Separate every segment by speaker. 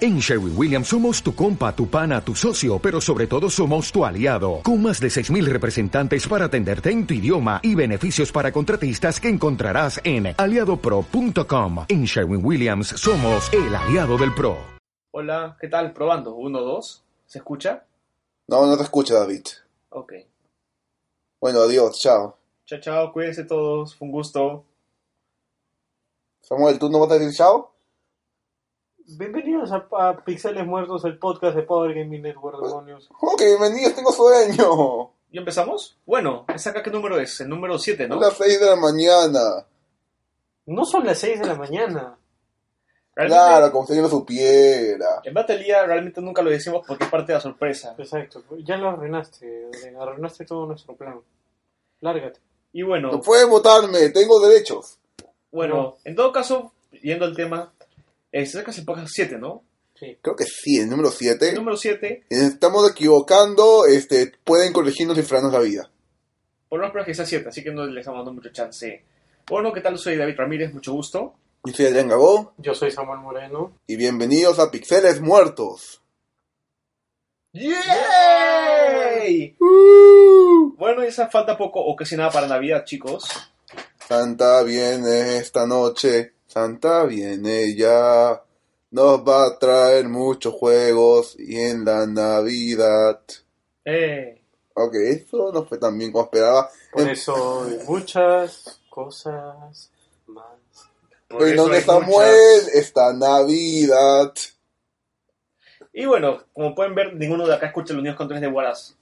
Speaker 1: En Sherwin Williams somos tu compa, tu pana, tu socio, pero sobre todo somos tu aliado, con más de 6.000 representantes para atenderte en tu idioma y beneficios para contratistas que encontrarás en aliadopro.com. En Sherwin Williams somos el aliado del PRO.
Speaker 2: Hola, ¿qué tal? Probando. Uno, dos. ¿Se escucha?
Speaker 3: No, no te escucho, David.
Speaker 2: Ok.
Speaker 3: Bueno, adiós, chao.
Speaker 2: Chao, chao. Cuídense todos. Fue un gusto.
Speaker 3: Samuel, ¿tú no vas a decir chao?
Speaker 4: Bienvenidos a, a Pixeles Muertos, el podcast de Power Gaming Network, demonios.
Speaker 3: ¿Cómo que bienvenidos? Tengo sueño.
Speaker 2: ¿Y empezamos? Bueno, ¿es acá qué número es? El número 7, ¿no?
Speaker 3: Son las 6 de la mañana.
Speaker 4: No son las 6 de la mañana.
Speaker 2: Realmente,
Speaker 3: Claro, como si yo lo supiera.
Speaker 2: En Batalía realmente nunca lo decimos porque es parte de la sorpresa.
Speaker 4: Exacto, ya lo arruinaste, Adrián, arruinaste todo nuestro plan. Lárgate.
Speaker 2: Y
Speaker 3: No
Speaker 2: bueno,
Speaker 3: pueden votarme, tengo derechos.
Speaker 2: bueno, en todo caso, yendo al tema, eh, se saca el podcast 7, ¿no?
Speaker 4: Sí.
Speaker 3: Creo que sí, el número
Speaker 2: El
Speaker 3: 7.
Speaker 2: número 7,
Speaker 3: Estamos equivocando, este, pueden corregirnos y fregarnos la vida.
Speaker 2: por lo menos que sea 7, así que no le estamos dando mucho chance. Bueno, ¿qué tal? Soy David Ramírez, mucho gusto.
Speaker 3: Yo soy Adrián Gabó
Speaker 4: Yo soy Samuel Moreno.
Speaker 3: y bienvenidos a Pixeles Muertos.
Speaker 2: ¡Yay! Bueno, esa falta poco o casi nada para Navidad, chicos.
Speaker 3: Santa viene esta noche, Santa viene ya. Nos va a traer muchos juegos y en la Navidad.
Speaker 2: Eh,
Speaker 3: Ok, eso no fue tan bien como esperaba.
Speaker 4: Por
Speaker 3: Em,
Speaker 4: eso hay muchas cosas más.
Speaker 2: por
Speaker 3: ¿Y
Speaker 2: eso
Speaker 3: dónde
Speaker 2: hay
Speaker 3: está
Speaker 2: muchas-
Speaker 3: Samuel? Esta Navidad.
Speaker 2: Y bueno, como pueden ver, ninguno de acá escucha los niños controles de Wallace.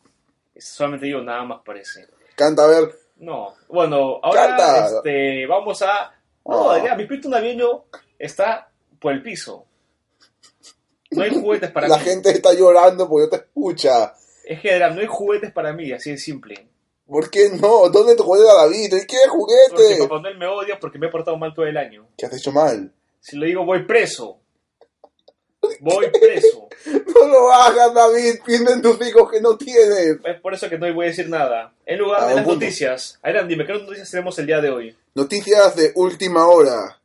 Speaker 2: Es solamente yo, nada más parece.
Speaker 3: Canta, a ver.
Speaker 2: No, bueno, ahora
Speaker 3: Canta.
Speaker 2: este, vamos a... No,
Speaker 3: Oh.
Speaker 2: Adrián, mi espíritu navideño está por el piso. No hay juguetes para
Speaker 3: la
Speaker 2: mí.
Speaker 3: gente está llorando porque no te escucha.
Speaker 2: Es que, Adrián, no hay juguetes para mí, así de simple.
Speaker 3: ¿Por qué no? ¿Dónde te juega David? ¿Y qué
Speaker 2: Porque
Speaker 3: juguete?
Speaker 2: Papá Noel me odia porque me he portado mal todo el año.
Speaker 3: ¿Qué has hecho mal?
Speaker 2: Si lo digo, voy preso. Voy preso.
Speaker 3: No lo hagas, David. Piensa en tus hijos que no tienes.
Speaker 2: Es por eso que no voy a decir nada. En lugar
Speaker 3: Ah,
Speaker 2: de
Speaker 3: un
Speaker 2: las
Speaker 3: punto.
Speaker 2: noticias. Adrián, dime, ¿qué noticias tenemos el día de hoy?
Speaker 3: Noticias de última hora.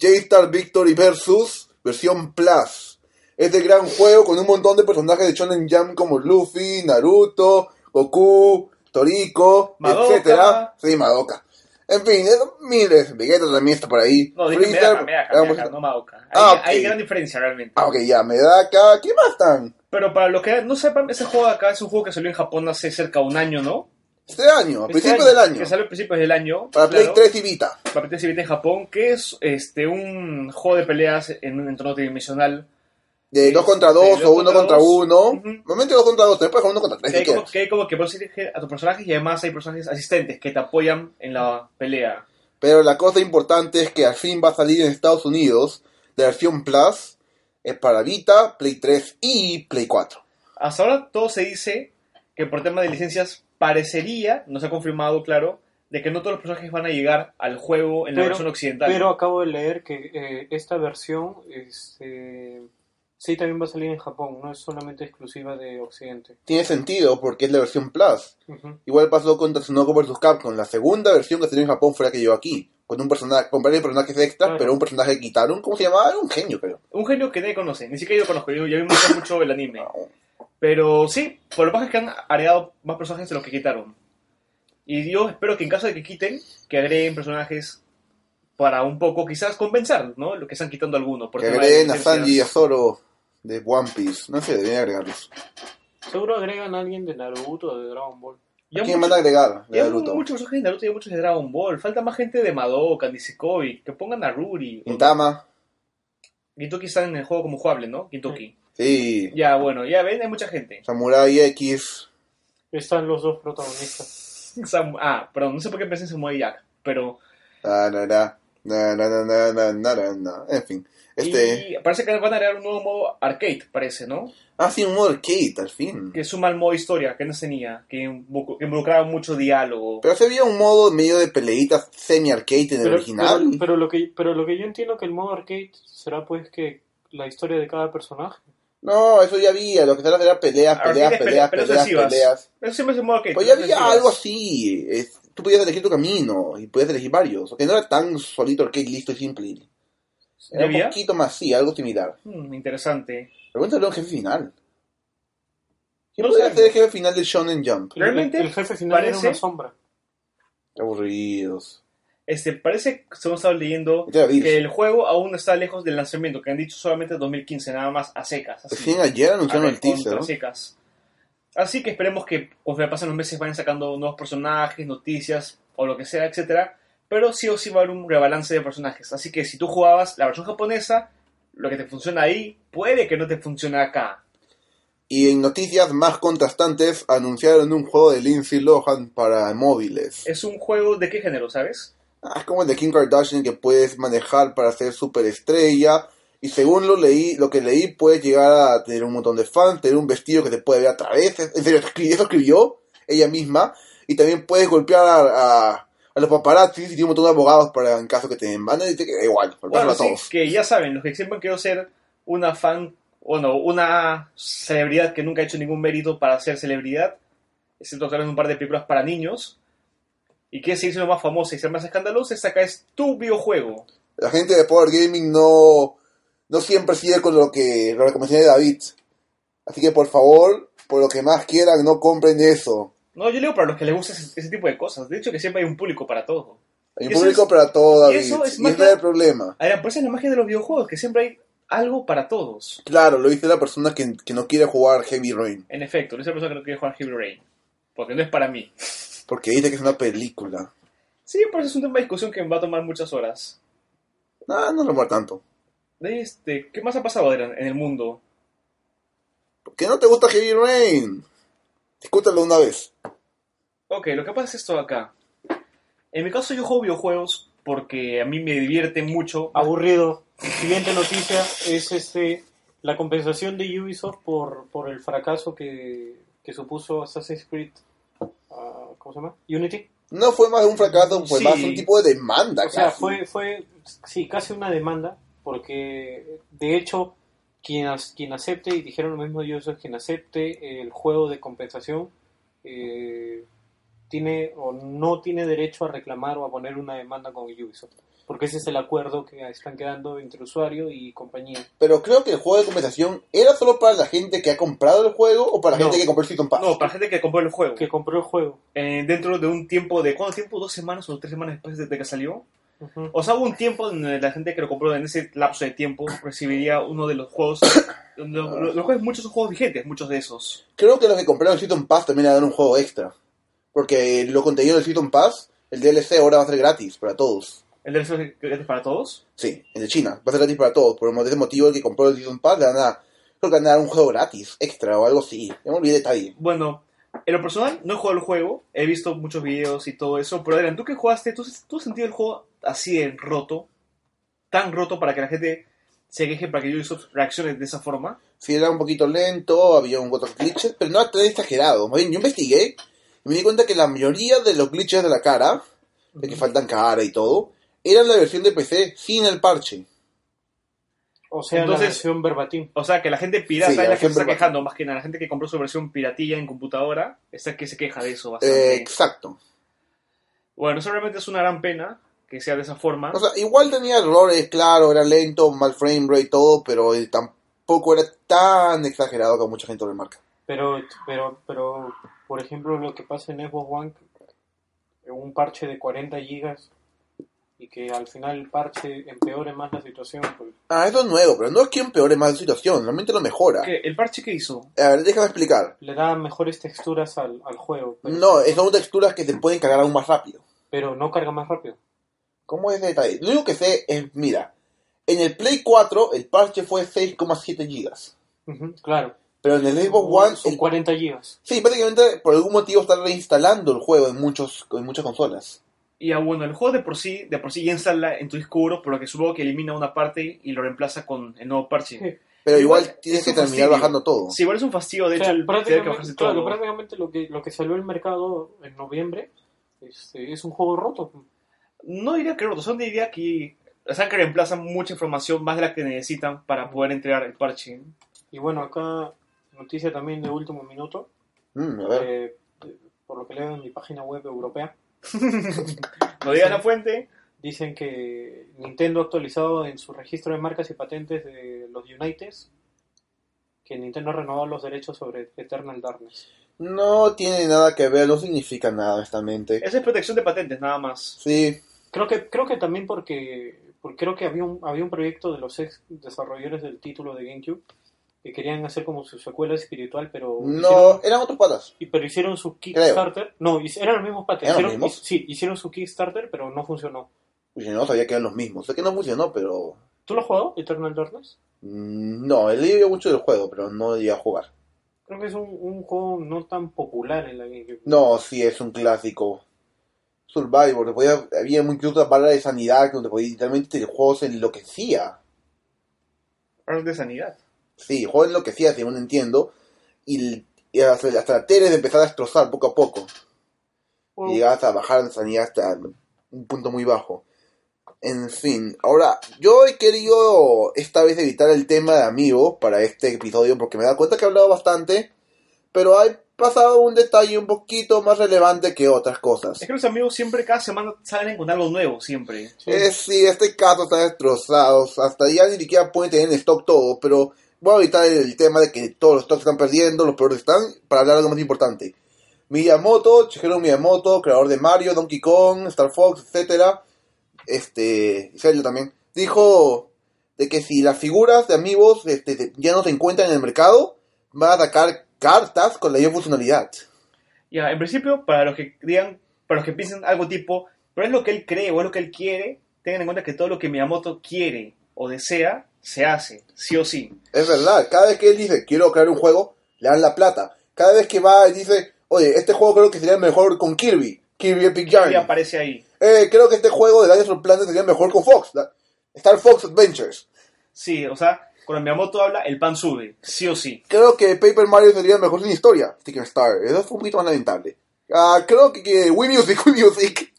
Speaker 3: J-Star Victory vs. versión Plus. Este gran juego con un montón de personajes de Shonen Jam como Luffy, Naruto, Goku, Toriko,
Speaker 2: Madoka.
Speaker 3: etcétera. Sí, Madoka. En fin, es- miles. Vegeta también está por ahí.
Speaker 2: No, dime
Speaker 3: Freezer,
Speaker 2: Medaka, Medaka,
Speaker 3: vamos-
Speaker 2: Medaka, no Madoka. Hay,
Speaker 3: Ah, ok.
Speaker 2: hay gran diferencia realmente.
Speaker 3: Ah, ok, ya, Medaka. ¿Qué más están?
Speaker 2: Pero para los que no sepan, ese juego de acá es un juego que salió en Japón hace cerca de un año, ¿no?
Speaker 3: Este año, a
Speaker 2: Este
Speaker 3: principios
Speaker 2: año,
Speaker 3: del año.
Speaker 2: Que salió a principios del año.
Speaker 3: Para
Speaker 2: claro,
Speaker 3: Play 3 y Vita.
Speaker 2: Para Play 3 y Vita en Japón, que es este un juego de peleas en un entorno tridimensional.
Speaker 3: De
Speaker 2: Sí,
Speaker 3: 2 contra
Speaker 2: de
Speaker 3: 2
Speaker 2: dos
Speaker 3: o 1
Speaker 2: contra
Speaker 3: contra
Speaker 2: dos.
Speaker 3: 1.
Speaker 2: Ujú.
Speaker 3: Normalmente 2 contra 2, también puedes jugar 1 contra 3
Speaker 2: Que
Speaker 3: si
Speaker 2: hay, como,
Speaker 3: quieres.
Speaker 2: que hay como que vos eliges a tus personajes y además hay personajes asistentes que te apoyan en la pelea.
Speaker 3: Pero la cosa importante es que al fin va a salir en Estados Unidos la versión Plus es para Vita, Play 3 y Play 4.
Speaker 2: Hasta ahora todo se dice que por tema de licencias parecería, no se ha confirmado, claro, de que no todos los personajes van a llegar al juego en la
Speaker 4: Pero-
Speaker 2: versión occidental.
Speaker 4: Pero acabo de leer que eh, esta versión este, sí también va a salir en Japón, no es solamente exclusiva de Occidente.
Speaker 3: Tiene sentido porque es la versión Plus.
Speaker 4: Ujú.
Speaker 3: Igual pasó con Tatsunoko vs. Capcom. La segunda versión que salió en Japón fue la que yo aquí. Con un personaje, con varios personajes extras,
Speaker 4: Claro.
Speaker 3: pero un personaje que quitaron, ¿cómo se llamaba? Era un genio, creo.
Speaker 2: Un genio que nadie conoce, ni siquiera yo conozco, yo, yo vi mucho, mucho el anime. Pero sí, por lo que pasa es que han agregado más personajes de los que quitaron. Y yo espero que en caso de que quiten, que agreguen personajes para un poco quizás compensar, ¿no? Lo que están quitando algunos. por
Speaker 3: Que
Speaker 2: tema de
Speaker 3: agreguen a
Speaker 2: licencias.
Speaker 3: Sanji y a Zoro de One Piece. No sé, deberían agregarlos.
Speaker 4: Seguro agregan a alguien de Naruto o de Dragon Ball.
Speaker 2: Ya
Speaker 3: ¿Quién
Speaker 2: mucho-
Speaker 3: van a agregar? De
Speaker 2: ya
Speaker 3: Naruto.
Speaker 2: muchos personajes de Naruto y hay muchos de Dragon Ball. Falta más gente de Madoka, Nisekoi, que pongan a Ruri. o-
Speaker 3: Intama.
Speaker 2: Gintoki está en el juego como jugable, ¿no? Gintoki.
Speaker 3: Sí.
Speaker 2: Ya, bueno, ya ven, hay mucha gente.
Speaker 3: Samurai X.
Speaker 4: Están los dos protagonistas.
Speaker 2: Sam- ah, perdón, no sé por qué pensé en Samurai Jack, pero...
Speaker 3: Na, na, na, na, na, na, na, na, na, na, na. En fin. Este.
Speaker 2: Y parece que van a crear un nuevo modo arcade, parece, ¿no?
Speaker 3: Ah, sí, un modo arcade, al fin.
Speaker 2: Que suma al modo historia, que no tenía, que invo- que involucraba mucho diálogo.
Speaker 3: Pero se había un modo medio de peleitas semi-arcade en el original.
Speaker 4: Pero, pero lo que, pero lo que yo entiendo que el modo arcade será pues que la historia de cada personaje.
Speaker 3: No, eso ya había. Lo que se era peleas,
Speaker 2: Arcade
Speaker 3: peleas,
Speaker 2: es pelea- peleas
Speaker 3: peleas, peleas,
Speaker 2: masivas.
Speaker 3: peleas.
Speaker 2: Eso siempre es el modo arcade.
Speaker 3: Pues ya
Speaker 2: pero no
Speaker 3: había
Speaker 2: es-
Speaker 3: algo así. es- tú podías elegir tu camino y podías elegir varios. Que no era tan solito arcade, listo y simple. Era un
Speaker 2: ¿Ya había?
Speaker 3: poquito más, sí, algo similar.
Speaker 2: Hmm, interesante.
Speaker 3: Pregúntale a un jefe final. ¿Quién
Speaker 2: No
Speaker 3: podría
Speaker 2: sé.
Speaker 3: ser el jefe final de Shonen Jump?
Speaker 4: El-
Speaker 2: Realmente
Speaker 4: el, jefe final era
Speaker 2: parece-
Speaker 4: una sombra.
Speaker 3: Qué aburridos. Este
Speaker 2: Este, parece, según estaba leyendo,
Speaker 3: Ya vi.
Speaker 2: que el juego aún está lejos del lanzamiento, que han dicho solamente 2015, nada más a secas. así.
Speaker 3: Recién ayer anunciaron
Speaker 2: A
Speaker 3: el teaser.
Speaker 2: recontra
Speaker 3: ¿no?
Speaker 2: secas. Así que esperemos que conforme pasan los meses vayan sacando nuevos personajes, noticias o lo que sea, etcétera. Pero sí o sí va a haber un rebalance de personajes. Así que si tú jugabas la versión japonesa, lo que te funciona ahí puede que no te funcione acá.
Speaker 3: Y en noticias más contrastantes, anunciaron un juego de Lindsay Lohan para móviles.
Speaker 2: Es un juego de qué género, ¿sabes?
Speaker 3: Ah, es como el de Kim Kardashian que puedes manejar para ser superestrella. Y según lo leí, lo que leí, puedes llegar a tener un montón de fans, tener un vestido que te puede ver a través. En serio, escri- eso escribió ella misma. Y también puedes golpear a, a- a los paparazzis y tiene un montón de abogados para en caso que te demandan y te da igual, golpearlo
Speaker 2: Bueno,
Speaker 3: a
Speaker 2: sí,
Speaker 3: todos.
Speaker 2: que ya saben, los que siempre han querido ser una fan, o no, una celebridad que nunca ha hecho ningún mérito para ser celebridad, excepto tal vez un par de películas para niños, y que se hizo lo más famosa y ser más escandalosa, esta acá es tu videojuego.
Speaker 3: La gente de Power Gaming no, no siempre sigue con lo que la recomendación de David. Así que por favor, por lo que más quieran, no compren eso.
Speaker 2: No, yo leo para los que les gusta ese, ese tipo de cosas. De hecho, que siempre hay un público para todo. Y
Speaker 3: Hay un
Speaker 2: eso
Speaker 3: público
Speaker 2: es-
Speaker 3: para todo,
Speaker 2: y
Speaker 3: David.
Speaker 2: eso es
Speaker 3: y
Speaker 2: más
Speaker 3: ese es
Speaker 2: que-
Speaker 3: el problema.
Speaker 2: Ahora, por eso pues es la magia de los videojuegos, que siempre hay algo para todos.
Speaker 3: Claro, lo dice la persona que, que no quiere jugar Heavy Rain,
Speaker 2: En efecto, no es la persona que no quiere jugar Heavy Rain, porque no es para mí.
Speaker 3: porque dice que es una película.
Speaker 2: Sí, por eso es un tema de discusión que me va a tomar muchas horas.
Speaker 3: No, no lo muero tanto.
Speaker 2: De Este, ¿Qué más ha pasado Adrián, en el mundo?
Speaker 3: ¿Por qué no te gusta Heavy Rain? Discútalo una vez.
Speaker 2: Ok, lo que pasa es esto de acá. En mi caso yo juego videojuegos porque a mí me divierte mucho.
Speaker 4: Ah, Aburrido. Siguiente noticia es este la compensación de Ubisoft por, por el fracaso que, que supuso Assassin's Creed. ah, ¿Cómo se llama? Unity.
Speaker 3: No fue más de un fracaso, fue
Speaker 2: Sí.
Speaker 3: más un tipo de demanda.
Speaker 4: O sea,
Speaker 3: casi.
Speaker 4: fue, fue sí, casi una demanda, porque de hecho, quien, as- quien acepte, y dijeron lo mismo ellos, quien acepte el juego de compensación, eh, tiene o no tiene derecho a reclamar o a poner una demanda con Ubisoft, porque ese es el acuerdo que están quedando entre usuario y compañía.
Speaker 3: Pero creo que el juego de compensación era solo para la gente que ha comprado el juego o para la
Speaker 4: No.
Speaker 3: gente que compró el Season Pass.
Speaker 2: No, para gente que compró el juego.
Speaker 4: Que compró el juego.
Speaker 2: Eh, dentro de un tiempo de... ¿Cuánto tiempo? ¿Dos semanas o tres semanas después de que salió?
Speaker 4: Ujú.
Speaker 2: O sea, hubo un tiempo en el- la gente que lo compró en ese lapso de tiempo recibiría uno de los juegos... lo- lo- los juegos, muchos son juegos vigentes, muchos de esos.
Speaker 3: Creo que los que compraron el Season Pass también le dan un juego extra. Porque lo contenido del Season Pass, el DLC ahora va a ser gratis para todos.
Speaker 2: ¿El DLC es para todos?
Speaker 3: Sí, el de China. Va a ser gratis para todos. Por ese motivo, el que compró el Season Pass le van a... Creo que van a dar un juego gratis, extra o algo así. No me olvidé detalle.
Speaker 2: Bueno, en lo personal no he jugado el juego, he visto muchos videos y todo eso, pero Adrián, tú que jugaste, ¿tú, tú has sentido el juego así de roto? Tan roto para que la gente se queje, para que Ubisoft reaccione de esa forma.
Speaker 3: Sí, era un poquito lento, había un otros glitches, pero no tan exagerado. Más bien, yo investigué y me di cuenta que la mayoría de los glitches de la cara, de que faltan cara y todo, eran la versión de PC sin el parche.
Speaker 4: O sea,
Speaker 2: Entonces-
Speaker 4: la versión verbatim.
Speaker 2: O sea, que la gente pirata
Speaker 3: Sí,
Speaker 2: es la
Speaker 3: la
Speaker 2: que se está
Speaker 3: gente-
Speaker 2: quejando, más que nada, la gente que compró su versión piratilla en computadora, es la que se queja de eso
Speaker 3: Eh,
Speaker 2: bastante.
Speaker 3: exacto.
Speaker 2: Bueno, eso realmente es una gran pena que sea de esa forma.
Speaker 3: O sea, igual tenía errores, claro, era lento, mal frame rate, todo, pero eh, tampoco era tan exagerado como mucha gente lo remarca.
Speaker 4: Pero, pero, pero, por ejemplo, lo que pasa en Xbox One, un parche de 40 gigas y que al final el parche empeore más la situación, pues,
Speaker 3: Ah, eso es nuevo, pero no es que empeore más la situación, realmente lo mejora.
Speaker 2: ¿Qué? ¿El parche que hizo?
Speaker 3: A ver, déjame explicar.
Speaker 4: le da mejores texturas al, al juego, pero
Speaker 3: No, son texturas que se pueden cargar aún más rápido.
Speaker 4: pero no carga más rápido.
Speaker 3: ¿Cómo es de detalle? Lo único que sé es, mira, en el Play 4 el parche fue 6,7 gigas.
Speaker 4: Ujú, claro.
Speaker 3: Pero en el
Speaker 2: Oh,
Speaker 3: Xbox
Speaker 4: Son
Speaker 3: One... el-
Speaker 4: 40 gigas.
Speaker 3: Sí, prácticamente por algún motivo están reinstalando el juego en, muchos, en muchas consolas.
Speaker 2: Y ah, bueno, el juego de por sí, de por sí ya instala en tu disco duro, por lo que supongo que elimina una parte y lo reemplaza con el nuevo parche.
Speaker 3: Pero igual,
Speaker 2: Igual,
Speaker 3: tienes
Speaker 2: es
Speaker 3: que
Speaker 2: un
Speaker 3: terminar
Speaker 2: fastidio.
Speaker 3: bajando todo.
Speaker 2: Sí, igual es un fastidio, de
Speaker 4: O sea,
Speaker 2: hecho, el tener que
Speaker 4: prácticamente,
Speaker 2: bajarse
Speaker 4: claro,
Speaker 2: todo.
Speaker 4: prácticamente lo que, lo que salió al mercado en noviembre este, es un juego roto.
Speaker 2: No diría que roto, son diría que, o sea, que reemplazan mucha información más de la que necesitan para poder entregar el parche.
Speaker 4: Y bueno, acá noticia también de último minuto.
Speaker 3: Mm, a ver.
Speaker 4: Eh, por lo que leo en mi página web europea,
Speaker 2: No digas la fuente,
Speaker 4: Dicen que Nintendo ha actualizado en su registro de marcas y patentes de los Unites que Nintendo ha renovado los derechos sobre Eternal Darkness.
Speaker 3: No tiene nada que ver, no significa nada, honestamente.
Speaker 2: Esa es protección de patentes, nada más.
Speaker 3: Sí,
Speaker 4: Creo que, creo que también porque, porque creo que había un, había un proyecto de los ex desarrolladores del título de GameCube que querían hacer como su secuela espiritual, pero
Speaker 3: no,
Speaker 4: hicieron-
Speaker 3: eran otros patas.
Speaker 4: y- pero hicieron su Kickstarter. No, hic- eran los mismos patentes.
Speaker 3: ¿Eran los
Speaker 4: hicieron-
Speaker 3: mismos?
Speaker 4: Sí, hicieron su Kickstarter, pero no funcionó.
Speaker 3: Uy, yo no sabía que eran los mismos. Sé que no funcionó, pero.
Speaker 4: ¿Tú lo has jugado, Eternal Darkness?
Speaker 3: mm, No, he leído mucho del juego, pero no llegué a jugar.
Speaker 4: Creo que es un, un juego no tan popular en la GameCube.
Speaker 3: No, sí, es un clásico. Survivor, te podía- había incluso la barra de sanidad donde podía, literalmente el juego se enloquecía.
Speaker 2: Ahora es de sanidad.
Speaker 3: Sí, el juego enloquecía, según entiendo. Y, y hasta, hasta la tele de empezar a destrozar poco a poco.
Speaker 4: Juego-
Speaker 3: y llegas a bajar en sanidad hasta un punto muy bajo. En fin, ahora yo he querido esta vez evitar el tema de amigos para este episodio porque me he dado cuenta que he hablado bastante, pero hay pasado un detalle un poquito más relevante que otras cosas.
Speaker 2: Es que los amigos siempre, cada semana, salen con algo nuevo, siempre.
Speaker 4: sí.
Speaker 3: Eh, sí, este caso está destrozado, hasta ya ni siquiera pueden tener en stock todo, pero voy a evitar el tema de que todos los stocks están perdiendo, los peores están, para hablar de algo más importante. Miyamoto, Shigeru Miyamoto, creador de Mario, Donkey Kong, Star Fox, etcétera, este, y Zelda también, dijo de que si las figuras de amigos este, de- ya no se encuentran en el mercado, va a sacar cartas con la misma funcionalidad.
Speaker 2: Ya, en principio, para los que digan, para los que piensen algo tipo, pero es lo que él cree o es lo que él quiere, tengan en cuenta que todo lo que Miyamoto quiere o desea, se hace, sí o sí.
Speaker 3: Es verdad, cada vez que él dice quiero crear un juego, le dan la plata. Cada vez que va y dice, oye, este juego creo que sería mejor con Kirby, Kirby Epic
Speaker 2: Y
Speaker 3: Yarn.
Speaker 2: aparece ahí.
Speaker 3: Eh, creo que este juego de Dinosaur Planet sería mejor con Fox, la- Star Fox Adventures.
Speaker 2: Sí, o sea, cuando Miyamoto habla, el pan sube, sí o sí.
Speaker 3: Creo que Paper Mario sería mejor sin historia, Sticker Star. Eso fue un poquito más lamentable. Ah, creo que, que Wii Music, Wii Music.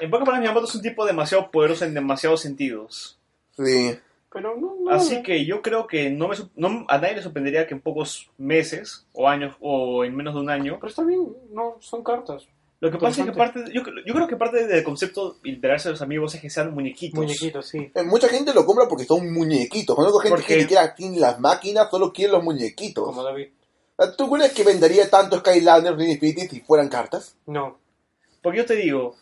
Speaker 2: En pocas palabras, Miyamoto es un tipo demasiado poderoso en demasiados sentidos.
Speaker 3: Sí,
Speaker 4: Pero no, no,
Speaker 2: Así que yo creo que no me, su- no- a nadie le sorprendería que en pocos meses o años o en menos de un año
Speaker 4: Pero está bien, no, son cartas.
Speaker 2: Lo que pasa es que
Speaker 4: Interesante.
Speaker 2: parte, yo, cre- yo creo que parte del concepto literarse de los amigos es que sean muñequitos.
Speaker 4: Muñequitos, sí.
Speaker 3: Eh, mucha gente lo compra porque son muñequitos. Conozco gente
Speaker 2: Porque-
Speaker 3: que ni siquiera tiene las máquinas, solo quiere los muñequitos.
Speaker 4: Como David.
Speaker 3: ¿Tú crees que vendería tanto Skylanders, Ring Infinity si fueran cartas?
Speaker 4: No.
Speaker 2: Porque yo te digo,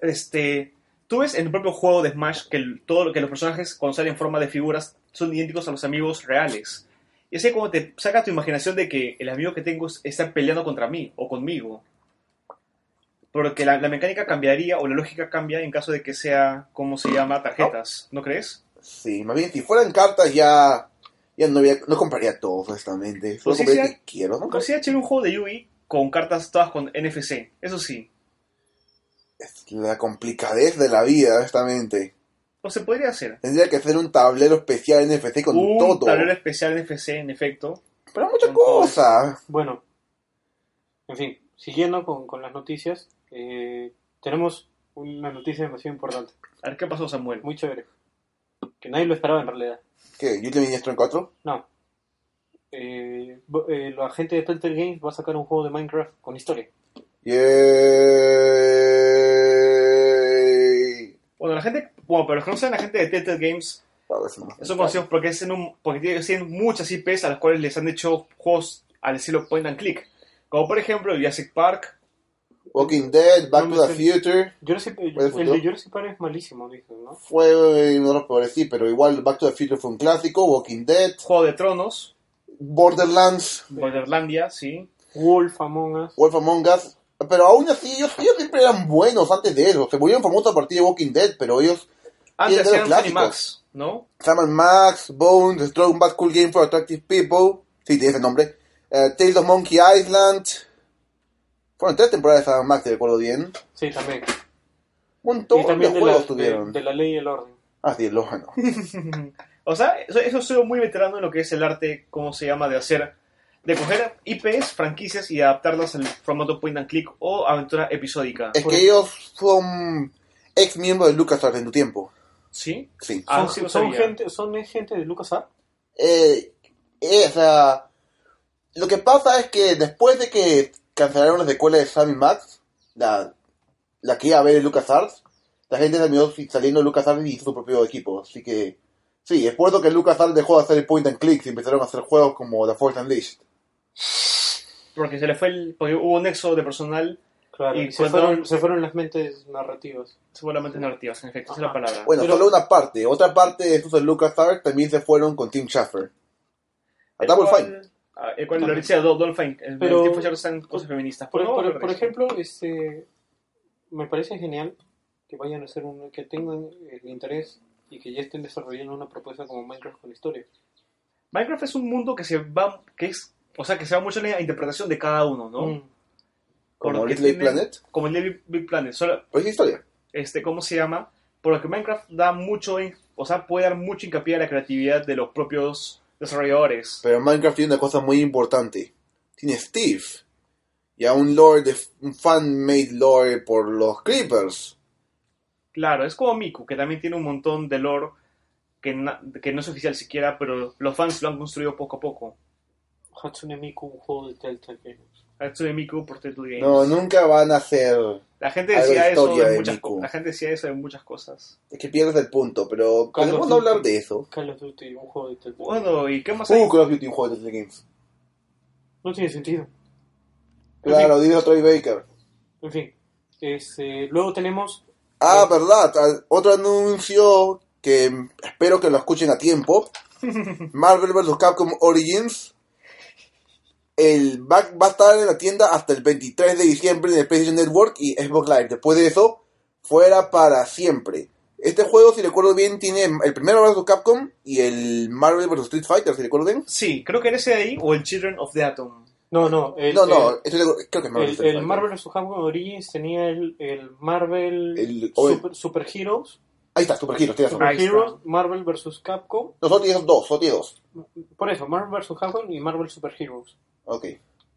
Speaker 2: este, tú ves en el propio juego de Smash que el- todo lo que los personajes cuando salen en forma de figuras son idénticos a los amigos reales. Y así es como te saca tu imaginación de que el amigo que tengo es- está peleando contra mí o conmigo. Porque la, la mecánica cambiaría o la lógica cambia en caso de que sea, ¿cómo se llama? Tarjetas, ¿no crees?
Speaker 3: Sí, más bien, si fueran cartas ya, ya no, había- no compraría todos, honestamente. Solo
Speaker 2: Pues sí,
Speaker 3: compraría
Speaker 2: sí.
Speaker 3: que quiero, ¿no?
Speaker 2: Considera chévere un juego de Yui con cartas todas con NFC, eso sí.
Speaker 3: Es la complicadez de la vida, honestamente.
Speaker 2: O se podría hacer.
Speaker 3: Tendría que hacer un tablero especial NFC con
Speaker 2: un
Speaker 3: todo.
Speaker 2: Uh, tablero especial de FC, en efecto.
Speaker 3: Pero muchas
Speaker 2: con todo.
Speaker 3: cosas.
Speaker 4: Bueno. En fin, siguiendo con, con las noticias, eh, tenemos una noticia demasiado importante.
Speaker 2: A ver qué pasó, Samuel.
Speaker 4: Muy chévere. Que nadie lo esperaba en realidad.
Speaker 3: ¿Qué? ¿Yo te ministro en cuatro?
Speaker 4: No. Eh, bo- eh, la gente de Telltale Games va a sacar un juego de Minecraft con historia.
Speaker 3: Yay.
Speaker 2: Bueno, la gente, bueno, pero los que no saben, la gente de Telltale Games
Speaker 3: A ver si no.
Speaker 2: son conocidos porque hacen, un, porque tienen- tienen muchas IPs a las cuales les han hecho juegos al estilo point and click. Como por ejemplo Jurassic Park.
Speaker 3: Walking Dead, Back
Speaker 4: No
Speaker 3: to the
Speaker 4: me
Speaker 3: Future.
Speaker 4: Jurassic, eh, el,
Speaker 3: Pues,
Speaker 4: de
Speaker 3: ¿no?
Speaker 4: Jurassic Park es malísimo, dicen, ¿no?
Speaker 3: Fue eh, uno de los peores, sí, pero igual Back to the Future fue un clásico. Walking Dead,
Speaker 2: Juego de Tronos.
Speaker 3: Borderlands.
Speaker 2: Borderlandia, sí.
Speaker 4: Wolf Among Us.
Speaker 3: Wolf Among Us. Pero aún así, ellos, ellos siempre eran buenos antes de eso. Se volvieron famosos a partir de Walking Dead, pero ellos.
Speaker 2: Antes
Speaker 3: de los
Speaker 2: hacían
Speaker 3: clásicos.
Speaker 2: Animax, ¿no?
Speaker 3: Sam and Max, Bones, Strong Bad Cool Game for Attractive People. Sí, tiene ese nombre. eh, Tales of Monkey Island. Fueron tres temporadas de Sam and Max, si recuerdo bien. Un
Speaker 4: Sí, también.
Speaker 3: montón
Speaker 4: y también
Speaker 3: de
Speaker 4: de la,
Speaker 3: juegos
Speaker 4: de,
Speaker 3: tuvieron.
Speaker 4: de la ley y el orden.
Speaker 3: Ah, sí, lo bueno.
Speaker 2: O sea, eso, eso soy muy veterano en lo que es el arte, ¿cómo se llama? De hacer, de coger IPs, franquicias y adaptarlas al formato point and click o aventura episódica.
Speaker 3: Es que ellos son ex miembros de LucasArts en tu tiempo.
Speaker 2: ¿Sí?
Speaker 3: Sí.
Speaker 2: Ah,
Speaker 4: son,
Speaker 2: sí lo
Speaker 4: son
Speaker 2: sabía.
Speaker 4: gente, son es gente de LucasArts.
Speaker 3: Eh, eh, o sea, lo que pasa es que después de que cancelaron la secuela de Sammy Max, la, la que iba a ver en LucasArts, la gente terminó saliendo de LucasArts y hizo su propio equipo. Así que, sí, es por eso que LucasArts dejó de hacer point and click y empezaron a hacer juegos como The Force Unleashed.
Speaker 2: Porque se le fue el. Porque hubo un nexo de personal,
Speaker 4: Claro,
Speaker 2: Y
Speaker 4: y se,
Speaker 2: cuando-
Speaker 4: fueron, se fueron las mentes narrativas.
Speaker 2: seguramente narrativas, en efecto, esa es la
Speaker 4: Ajá.
Speaker 2: palabra.
Speaker 3: Bueno,
Speaker 4: Pero-
Speaker 3: solo una parte. Otra parte de estos de LucasArts también se fueron con Tim Schafer. A
Speaker 2: El
Speaker 3: Double
Speaker 2: cual-
Speaker 3: Fine.
Speaker 2: Ah, el cual lo decía Do- Double Fine. El
Speaker 4: Pero-
Speaker 2: tipo ya están cosas feministas.
Speaker 4: Por,
Speaker 2: No,
Speaker 4: por-
Speaker 2: pero
Speaker 4: por
Speaker 2: sí.
Speaker 4: ejemplo, este, me parece genial que vayan a hacer un, que tengan el interés y que ya estén desarrollando una propuesta como Minecraft con historia.
Speaker 2: Minecraft es un mundo que se va. que es. O sea, que se va mucho en la interpretación de cada uno, ¿no?
Speaker 4: Mm.
Speaker 3: Como
Speaker 2: Porque
Speaker 3: Little Big
Speaker 2: tiene-
Speaker 3: Planet.
Speaker 2: Como el Little Big Planet. Solo,
Speaker 3: Pero es historia.
Speaker 2: este, ¿cómo se llama? Por lo que Minecraft da mucho, en- o sea, puede dar mucho hincapié a la creatividad de los propios desarrolladores.
Speaker 3: Pero Minecraft tiene una cosa muy importante. Tiene Steve. Y a un lore, de, un fan-made lore por los Creepers.
Speaker 2: Claro, es como Miku, que también tiene un montón de lore que, na- que no es oficial siquiera, pero los fans lo han construido poco a poco.
Speaker 4: Hatsune Miku, un juego de Telltale Games.
Speaker 2: Hatsune Miku por Telltale Games.
Speaker 3: No, nunca van a ser...
Speaker 2: la gente
Speaker 3: algo de
Speaker 2: decía eso
Speaker 3: historia
Speaker 2: de
Speaker 3: de
Speaker 2: muchas
Speaker 3: Miku.
Speaker 2: cosas. La gente decía eso de muchas cosas.
Speaker 3: Es que pierdes el punto, pero
Speaker 4: Call of
Speaker 3: podemos
Speaker 4: Duty.
Speaker 3: hablar de eso.
Speaker 4: Call of Duty, un juego de Telltale
Speaker 2: Bueno, ¿y qué más hay?
Speaker 3: Uh, Call of Duty, un juego de Telltale Games.
Speaker 4: No tiene sentido.
Speaker 3: Claro, dile a Troy Baker.
Speaker 4: En fin. Este, luego tenemos
Speaker 3: Ah, verdad. ah, Otro anuncio que mm, espero que lo escuchen a tiempo. Marvel vs. Capcom Origins. El va, va a estar en la tienda hasta el 23 de diciembre en el PlayStation Network y Xbox Live. Después de eso, fuera para siempre. Este juego, si recuerdo bien, tiene el primero vs. Capcom y el Marvel vs. Street Fighter, si recuerdo bien.
Speaker 2: Sí, creo que era ese de ahí o el Children of the Atom.
Speaker 4: No, no. El,
Speaker 3: No, no,
Speaker 4: el-
Speaker 3: estoy de acuerdo, creo que es Marvel.
Speaker 4: El,
Speaker 3: Street
Speaker 4: el
Speaker 3: Fighter.
Speaker 4: Marvel vs. Capcom Origins tenía el, el Marvel
Speaker 3: El- o el-
Speaker 4: Super, Super Heroes.
Speaker 3: Ahí está, Super Hero, tienes razón.
Speaker 4: Super
Speaker 2: Ahí está.
Speaker 4: Heroes, Marvel vs. Capcom.
Speaker 3: No, solo tienes dos, solo tienes dos.
Speaker 4: Por eso, Marvel vs. Capcom y Marvel Super Heroes.
Speaker 3: Ok.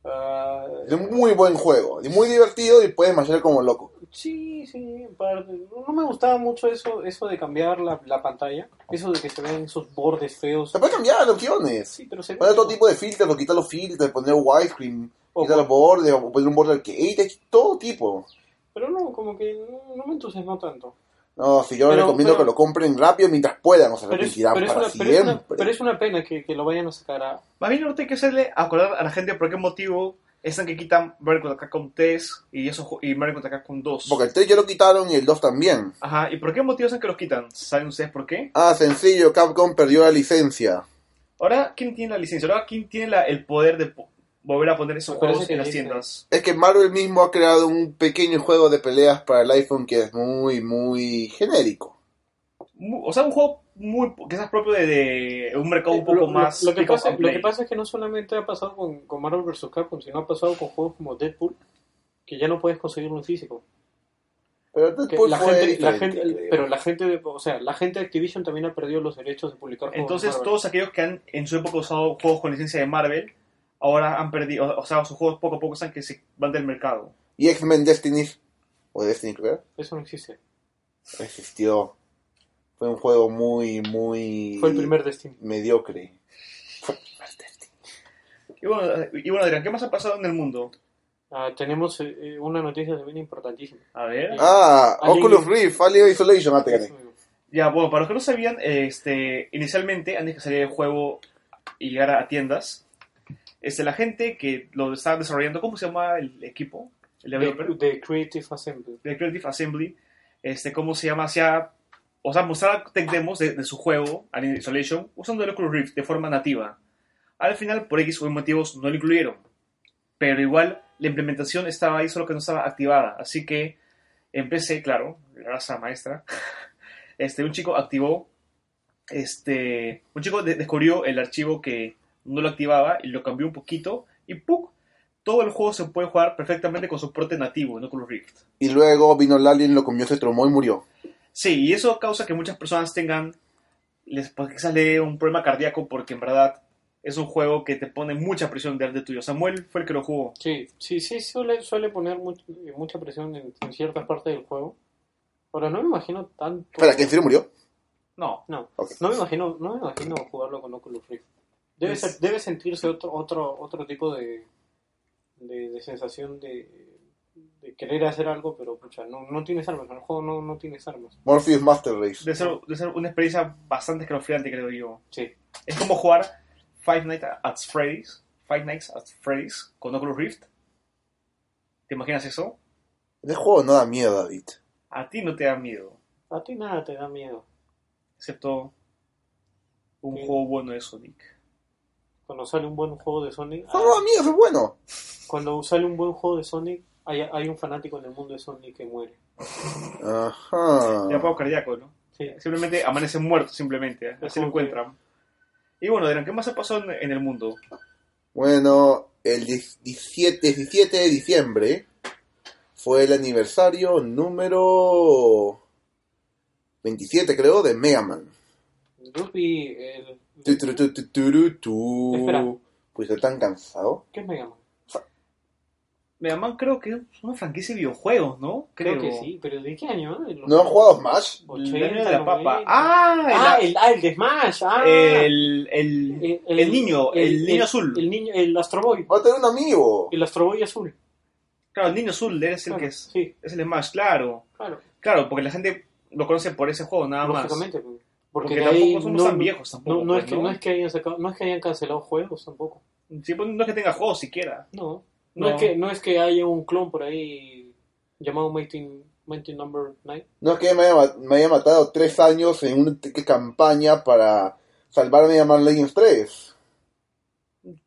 Speaker 4: Ah,
Speaker 3: Es un muy buen juego, y muy divertido y puedes marchar como loco.
Speaker 4: sí, sí. par- No me gustaba mucho eso eso de cambiar la, la pantalla. Eso de que se ven esos bordes feos.
Speaker 3: Se puede cambiar las opciones.
Speaker 4: Sí, pero se ve-
Speaker 3: Poner todo tipo de filtros, o quitar los filtros, poner widescreen,
Speaker 4: O
Speaker 3: quitar los bordes, o poner un borde arcade, hay todo tipo.
Speaker 4: Pero no, como que no, no me entusiasmó tanto.
Speaker 3: No, si yo
Speaker 4: Pero-
Speaker 3: recomiendo
Speaker 4: pero-
Speaker 3: que lo compren rápido mientras puedan, o se
Speaker 4: Pero es,
Speaker 3: arrepentirán
Speaker 4: pero es
Speaker 3: para
Speaker 4: una, pero es una-
Speaker 3: siempre.
Speaker 4: pero es una pena que, que lo vayan a sacar a...
Speaker 2: Más bien ahorita hay que hacerle acordar a la gente por qué motivo están que quitan Mario contra Capcom 3 y, eso, ju- y Mario contra Capcom 2.
Speaker 3: Porque el 3 ya lo quitaron y el 2 también.
Speaker 2: Ajá, ¿y por qué motivo hacen que los quitan? ¿Saben ustedes por qué?
Speaker 3: Ah, sencillo, Capcom perdió la licencia.
Speaker 2: Ahora, ¿quién tiene la licencia? Ahora, ¿quién tiene la- el poder de po- volver a poner esos
Speaker 4: Parece
Speaker 2: juegos
Speaker 4: que
Speaker 2: en las
Speaker 4: dice-
Speaker 2: tiendas?
Speaker 3: Es que Marvel mismo ha creado un pequeño juego de peleas para el iPhone que es muy, muy genérico.
Speaker 2: Mu- O sea, un juego muy po- quizás propio de, de un mercado un poco
Speaker 4: Eh, Lo- lo-
Speaker 2: más...
Speaker 4: Lo que,
Speaker 2: pick up
Speaker 4: pasa,
Speaker 2: and
Speaker 4: lo
Speaker 2: play.
Speaker 4: que pasa es que no solamente ha pasado con, con Marvel vs. Capcom, sino ha pasado con juegos como Deadpool, que ya no puedes conseguirlo en físico.
Speaker 3: Pero
Speaker 4: Que
Speaker 3: Deadpool
Speaker 4: la
Speaker 3: Pues fue
Speaker 4: gente, la
Speaker 3: diferente,
Speaker 4: gente-
Speaker 3: creo.
Speaker 4: pero la gente, de- o sea, la gente de Activision también ha perdido los derechos de publicar
Speaker 2: Oh,
Speaker 4: juegos. de
Speaker 2: Entonces,
Speaker 4: Marvel.
Speaker 2: todos aquellos que han en su época usado juegos con licencia de Marvel, ahora han perdido... O sea, sus juegos poco a poco están que se van del mercado.
Speaker 3: Y X-Men Destiny, o Destiny, creo.
Speaker 4: Eso no existe.
Speaker 3: existió. Fue un juego muy, muy
Speaker 4: Fue el primer Destiny.
Speaker 3: mediocre.
Speaker 2: Y bueno, y bueno, Adrián, ¿qué más ha pasado en el mundo?
Speaker 4: Ah, tenemos eh, eh, una noticia también importantísima.
Speaker 2: A ver.
Speaker 3: Ah,
Speaker 4: Alien-
Speaker 3: Oculus Rift, Alien Isolation, ah, te gané.
Speaker 2: Ya, bueno, para los que no sabían, este, inicialmente, antes que saliera el juego y llegara a tiendas, este, la gente que lo estaba desarrollando, ¿cómo se llama el equipo? El
Speaker 4: De,
Speaker 2: developer.
Speaker 4: de Creative Assembly.
Speaker 2: De Creative Assembly. Este, ¿Cómo se llama? Hacía, o sea, mostraba tech demos de, de su juego, Alien Isolation, usando el Oculus Rift de forma nativa. Al final, por X o Y motivos, no lo incluyeron. Pero igual, la implementación estaba ahí, solo que no estaba activada. Así que empecé, claro, la raza maestra. Este, un chico activó, este, un chico de- descubrió el archivo que no lo activaba y lo cambió un poquito y ¡puc! Todo el juego se puede jugar perfectamente con soporte nativo en Oculus Rift.
Speaker 3: Y luego vino el Alien, lo comió, se tromó y murió.
Speaker 2: Sí, y eso causa que muchas personas tengan, les, pues, quizás le dé un problema cardíaco porque en verdad es un juego que te pone mucha presión delante tuyo. Samuel fue el que lo jugó.
Speaker 4: Sí, sí, sí, suele, suele poner much- eh, mucha presión en, en ciertas partes del juego. Ahora, no me imagino tanto.
Speaker 3: Espera, ¿que en serio murió?
Speaker 2: No.
Speaker 4: No,
Speaker 3: Ok.
Speaker 4: no me imagino, no me imagino jugarlo con Oculus Rift. Debe,
Speaker 2: Es-
Speaker 4: ser- debe sentirse otro, otro, otro tipo de, de, de sensación de, de querer hacer algo, pero pucha, no, no tienes armas, en el juego no, no tienes armas.
Speaker 3: Morpheus Master Race.
Speaker 2: Debe ser, debe ser una experiencia bastante escalofriante, creo yo.
Speaker 4: Sí,
Speaker 2: Es como jugar Five Nights at Freddy's, Five Nights at Freddy's con Oculus Rift. ¿Te imaginas eso?
Speaker 3: Este juego no da miedo, David.
Speaker 2: A ti no te da miedo,
Speaker 4: a ti nada te da miedo.
Speaker 2: excepto un
Speaker 4: Sí.
Speaker 2: juego bueno de Sonic.
Speaker 4: Cuando sale un buen juego de Sonic, ah,
Speaker 3: No, no da miedo, es bueno.
Speaker 4: cuando sale un buen juego de Sonic, hay, hay un fanático en el mundo de Sonic que muere.
Speaker 2: Era
Speaker 3: Ajá.
Speaker 2: poco cardíaco, ¿no?
Speaker 4: Sí,
Speaker 2: Simplemente amanece muerto, simplemente. ¿eh?
Speaker 4: Es
Speaker 2: Así lo
Speaker 4: como que-
Speaker 2: encuentran. Y bueno, Adrián, ¿qué más se pasó en, en el mundo?
Speaker 3: Bueno, el 17, 17 de diciembre fue el aniversario número 27, creo, de Mega Man.
Speaker 4: Ruby, el...
Speaker 3: Tu, tu, tu, tu, tu, tu.
Speaker 4: Espera.
Speaker 3: Pues estoy tan cansado.
Speaker 4: ¿Qué es Mega Man?
Speaker 2: Mega Man creo que es una franquicia de videojuegos, ¿no?
Speaker 4: Creo que sí, pero ¿de qué año? eh? Los
Speaker 3: ¿No han jugado Smash?
Speaker 2: El
Speaker 4: 80,
Speaker 2: año de la papa.
Speaker 4: 90.
Speaker 2: ¡Ah!
Speaker 4: Ah,
Speaker 2: el-
Speaker 4: el, ah, el de Smash. Eh, Ah,
Speaker 3: Eh,
Speaker 2: el, el,
Speaker 4: El-
Speaker 2: el niño, el niño azul.
Speaker 4: El niño, el Astro Boy.
Speaker 3: Va a tener un amigo.
Speaker 4: El Astro Boy azul.
Speaker 2: Claro, el niño azul es el
Speaker 4: Claro,
Speaker 2: que es,
Speaker 4: Sí,
Speaker 2: es el Smash, claro.
Speaker 4: claro.
Speaker 2: Claro, porque la gente lo conoce por ese juego, nada más.
Speaker 4: Lógicamente. Porque,
Speaker 2: Porque,
Speaker 4: de ahí
Speaker 2: tampoco somos tan viejos, tampoco.
Speaker 4: No, no
Speaker 2: pues,
Speaker 4: es que, no es que hayan sacado, no es que hayan cancelado juegos tampoco.
Speaker 2: Sí, pues, no es que tenga juegos siquiera.
Speaker 4: No. No,
Speaker 2: No.
Speaker 4: es que, no es que haya un clon por ahí llamado Mighty, Mighty Number 9.
Speaker 3: No es que me haya, ma- me haya matado tres años en una t- campaña para salvar Mega Man Legends 3.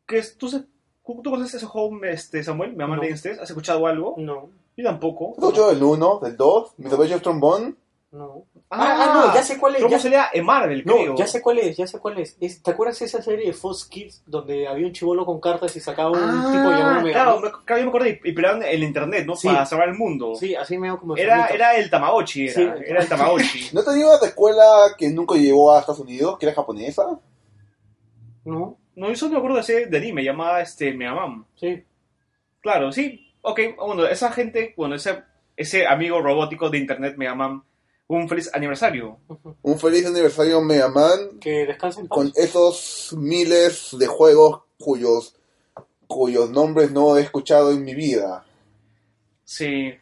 Speaker 2: Que es- tú, se- ¿Tú conoces ese juego, este, Samuel? ¿Me llaman
Speaker 4: No. Mm.
Speaker 2: Legends 3? ¿Has escuchado algo?
Speaker 4: No,
Speaker 2: Yo tampoco.
Speaker 3: ¿Has escuchado del 1, del 2? ¿Mi Salvation Trombón?
Speaker 4: no. Ah, ah, no, ya sé cuál es,
Speaker 2: ¿Cómo
Speaker 4: ya-
Speaker 2: sería en Marvel, creo?
Speaker 4: No, ya sé cuál es, ya sé cuál es. Es- ¿Te acuerdas esa serie de Fox Kids donde había un chivolo con cartas y sacaba un
Speaker 2: Ah,
Speaker 4: tipo llamado Mega
Speaker 2: claro,
Speaker 4: Man?
Speaker 2: me- claro, yo me acuerdo y, y peleaban en el internet, ¿no?
Speaker 4: Sí.
Speaker 2: Para salvar el mundo.
Speaker 4: Sí, así medio como
Speaker 2: Era,
Speaker 4: enfermito.
Speaker 2: era el Tamagotchi, era,
Speaker 4: Sí.
Speaker 2: era el Tamagotchi.
Speaker 3: ¿No te digo la escuela que nunca llegó a Estados Unidos, que era japonesa?
Speaker 4: No,
Speaker 2: no, yo solo me acuerdo de ese de anime llamada este, Megaman.
Speaker 4: sí.
Speaker 2: Claro, sí, ok, bueno, esa gente, bueno, ese, ese amigo robótico de internet Megaman, un feliz aniversario.
Speaker 3: Un feliz aniversario Mega Man
Speaker 4: Que descansen
Speaker 3: con esos miles de juegos cuyos, cuyos nombres no he escuchado en mi vida.
Speaker 2: Sí,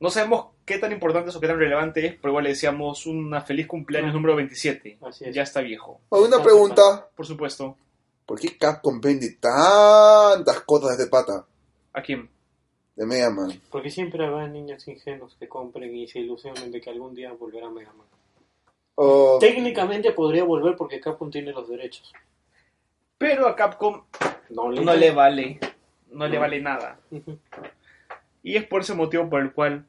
Speaker 2: no sabemos qué tan importante o qué tan relevante es, pero igual le decíamos una feliz cumpleaños número 27.
Speaker 4: Así es.
Speaker 2: Ya está viejo,
Speaker 3: Una pregunta,
Speaker 2: por supuesto.
Speaker 3: ¿por qué Capcom vende tantas cosas de este pata
Speaker 2: ¿A quién?
Speaker 3: de Mega Man?
Speaker 4: Porque siempre habrá niños ingenuos que compren y se ilusionen de que algún día volverá Mega Man.
Speaker 3: Oh,
Speaker 4: Técnicamente podría volver porque Capcom tiene los derechos.
Speaker 2: Pero a Capcom
Speaker 4: No le.
Speaker 2: no le vale, no le
Speaker 4: No.
Speaker 2: vale nada. Y es por ese motivo por el cual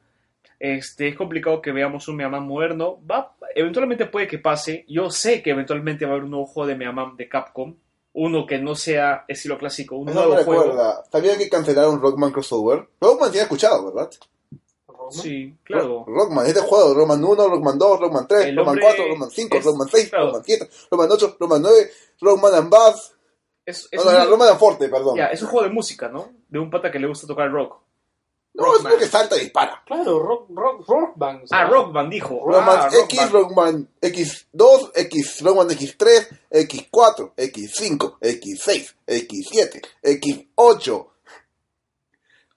Speaker 2: este, es complicado que veamos un Megaman moderno. Va, eventualmente puede que pase. Yo sé que eventualmente va a haber un nuevo juego de Megaman de Capcom. Uno que no sea estilo clásico, un
Speaker 3: no
Speaker 2: nuevo
Speaker 3: me
Speaker 2: juego.
Speaker 3: recuerda. ¿Sabían que cancelaron Rockman Crossover? Rockman tiene escuchado, ¿verdad?
Speaker 4: ¿Roma?
Speaker 2: Sí, claro.
Speaker 3: Ro- Rockman, este juego, Rockman 1, Rockman 2, Rockman 3,
Speaker 2: El
Speaker 3: Rockman
Speaker 2: hombre
Speaker 3: 4, Rockman 5,
Speaker 2: es-
Speaker 3: Rockman 6,
Speaker 2: claro.
Speaker 3: Rockman 7, Rockman 8, Rockman 9, Rockman and Bass.
Speaker 2: Es, es
Speaker 3: No, no, era
Speaker 2: un-
Speaker 3: Rockman and Forte, perdón.
Speaker 2: ya, es un juego de música, ¿no? De un pata que le gusta tocar rock.
Speaker 3: no, es
Speaker 2: Rockman.
Speaker 3: uno que salta y dispara.
Speaker 4: Claro, rock, rock, rock bands.
Speaker 2: Ah,
Speaker 4: ¿no?
Speaker 2: Rockman dijo.
Speaker 3: Rockman
Speaker 2: Ah,
Speaker 3: X, Rockman X2, X, Rockman X3, X4, X5, X6, X7, X8,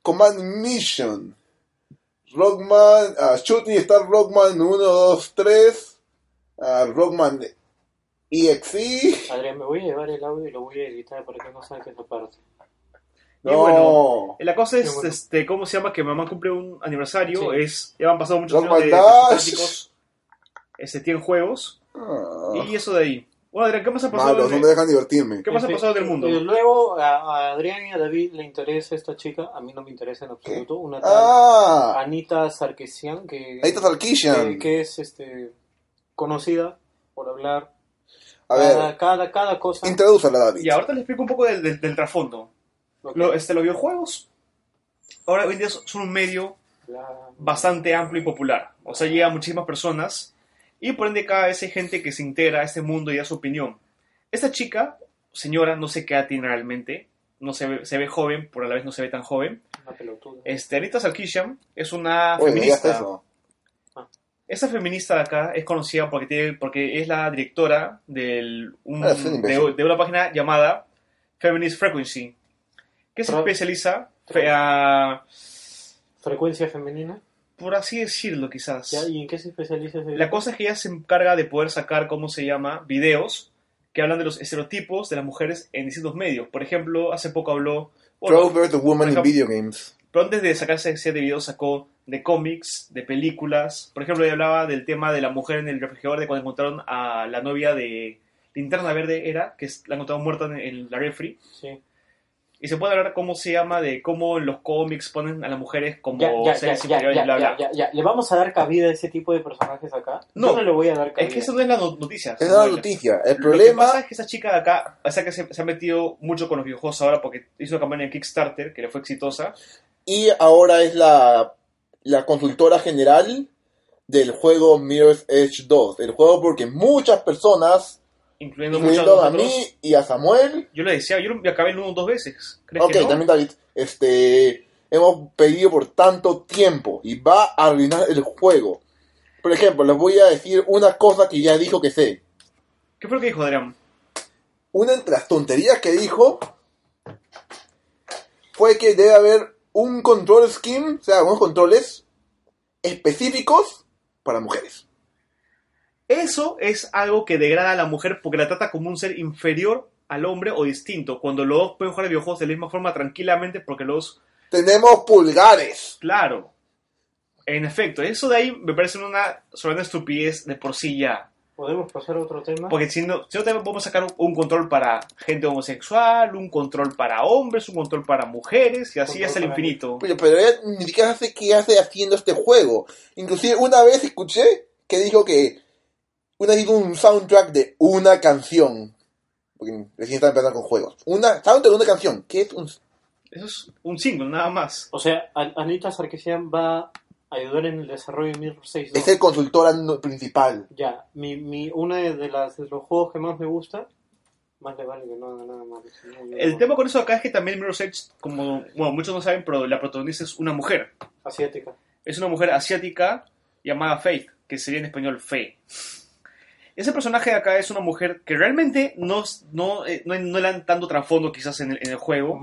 Speaker 3: Command Mission, Rockman, ah, Shooting Star Rockman 1, 2, 3, ah, Rockman E EXE.
Speaker 4: Adrián, me voy a llevar el audio y lo voy a editar para que no saques esa parte.
Speaker 2: Y bueno,
Speaker 3: No,
Speaker 2: Eh, la cosa es,
Speaker 4: Qué bueno.
Speaker 2: este, ¿cómo se llama? Que mamá cumple un aniversario.
Speaker 4: Sí.
Speaker 2: Es, ya han pasado muchos
Speaker 3: Rockman
Speaker 2: años de, de
Speaker 3: Dash.
Speaker 2: fantásticos. Este, 100 juegos.
Speaker 3: Ah,
Speaker 2: Y eso de ahí. Bueno, Adrián, ¿qué más ha pasado?
Speaker 3: malos, no
Speaker 2: en-
Speaker 3: me dejan divertirme.
Speaker 2: ¿Qué más ha pasado del mundo?
Speaker 4: Y eh, luego a, a Adrián y a David le interesa esta chica, a mí no me interesa en absoluto. Una tal
Speaker 3: Ah,
Speaker 4: Anita Sarkisian que,
Speaker 3: ahí está
Speaker 4: que,
Speaker 2: Eh,
Speaker 3: Sarkisian.
Speaker 4: que es este conocida por hablar
Speaker 3: A
Speaker 4: cada,
Speaker 3: ver,
Speaker 4: cada, cada cosa.
Speaker 3: introdúzala, David.
Speaker 2: ah, Y ahorita les explico un poco del, del- del trasfondo.
Speaker 4: Ok.
Speaker 2: Lo- este, los videojuegos ahora hoy en día son un medio
Speaker 4: La-
Speaker 2: bastante amplio y popular. O sea, llega a muchísimas personas y por ende cada vez hay gente que se integra a este mundo y da su opinión. Esta chica, señora, no sé qué edad tiene realmente, no se ve, se ve joven, por a la vez no se ve tan joven.
Speaker 4: Una pelotuda.
Speaker 2: Este, Anita Sarkisian es una
Speaker 3: Oye, no digas
Speaker 2: feminista.
Speaker 3: eso.
Speaker 2: Esta feminista de acá es conocida porque, tiene, porque es la directora del, un-
Speaker 3: Ah, es un imbécil.
Speaker 2: de, de una página llamada Feminist Frequency, que se
Speaker 4: Pro-
Speaker 2: especializa
Speaker 4: Pro-
Speaker 2: fe- a-
Speaker 4: frecuencia femenina.
Speaker 2: Por así decirlo, quizás.
Speaker 4: ¿ya? ¿Y en qué se especializa ese
Speaker 2: La cosa es que ella se encarga de poder sacar, ¿cómo se llama?, videos que hablan de los estereotipos de las mujeres en distintos medios. Por ejemplo, hace poco habló... bueno,
Speaker 3: Proud versus Woman in
Speaker 2: ejemplo-
Speaker 3: Video Games.
Speaker 2: pero antes de sacar esa serie de videos sacó de cómics, de películas. Por ejemplo, ella hablaba del tema de la mujer en el refrigerador de cuando encontraron a la novia de Linterna Verde, era, que es- la encontraron muerta en, en la refri.
Speaker 4: Sí.
Speaker 2: Y se puede hablar cómo se llama, de cómo en los cómics ponen a las mujeres como
Speaker 4: Ya, ya, ya,
Speaker 2: seres
Speaker 4: ya,
Speaker 2: superiores,
Speaker 4: ya,
Speaker 2: bla, bla.
Speaker 4: ya, ya, ya. ¿Le vamos a dar cabida a ese tipo de personajes acá?
Speaker 2: No.
Speaker 4: Yo no le voy a dar cabida.
Speaker 2: Es que eso no es la no- noticia.
Speaker 3: Es la
Speaker 2: señora.
Speaker 3: noticia. El
Speaker 2: Lo que pasa
Speaker 3: problema.
Speaker 2: es que esa chica de acá, o sea que se, se ha metido mucho con los videojuegos ahora porque hizo una campaña en Kickstarter que le fue exitosa.
Speaker 3: Y ahora es la, la consultora general del juego Mirror's Edge 2. El juego porque muchas personas,
Speaker 2: Incluyendo muchos de
Speaker 3: incluyendo a
Speaker 2: nosotros.
Speaker 3: mí y a Samuel,
Speaker 2: Yo le decía, yo lo acabé el uno dos veces. ¿Crees
Speaker 3: Ok,
Speaker 2: que no?
Speaker 3: también David, este, hemos pedido por tanto tiempo y va a arruinar el juego. Por ejemplo, les voy a decir una cosa que ya dijo que sé.
Speaker 2: ¿Qué fue lo que dijo Adrián?
Speaker 3: Una de las tonterías que dijo fue que debe haber un control scheme, o sea, unos controles específicos para mujeres.
Speaker 2: Eso es algo que degrada a la mujer porque la trata como un ser inferior al hombre o distinto. Cuando los dos pueden jugar a videojuegos de la misma forma tranquilamente porque los...
Speaker 3: Tenemos pulgares.
Speaker 2: Claro. En efecto, eso de ahí me parece una soberana estupidez de por sí ya.
Speaker 4: ¿Podemos pasar a otro tema?
Speaker 2: Porque si no, si no también podemos sacar un, un control para gente homosexual, un control para hombres, un control para mujeres, y así
Speaker 4: Control
Speaker 2: hasta el
Speaker 4: para
Speaker 2: infinito.
Speaker 3: Pero, pero ella ni siquiera hace qué hace haciendo este juego. Inclusive una vez escuché que dijo que una vez hizo un soundtrack de una canción. Porque recién estaba empezando con juegos. Una soundtrack de una canción. ¿Qué es un
Speaker 2: Eso es un single, nada más.
Speaker 4: O sea, An- Anita Sarkeesian va a ayudar en el desarrollo de Mirror 6.
Speaker 3: es el consultora no- principal.
Speaker 4: Ya, mi, mi, uno de, de las, de los juegos que más me gusta, más le vale que no haga nada más.
Speaker 2: El tema con eso acá es que también Mirror's Edge, como bueno, muchos no saben, pero la protagonista es una mujer.
Speaker 4: Asiática.
Speaker 2: Es una mujer asiática llamada Faith, que sería en español Fe. Ese personaje de acá es una mujer que realmente no, no, eh, no, no le dan tanto trasfondo quizás en el, en el juego.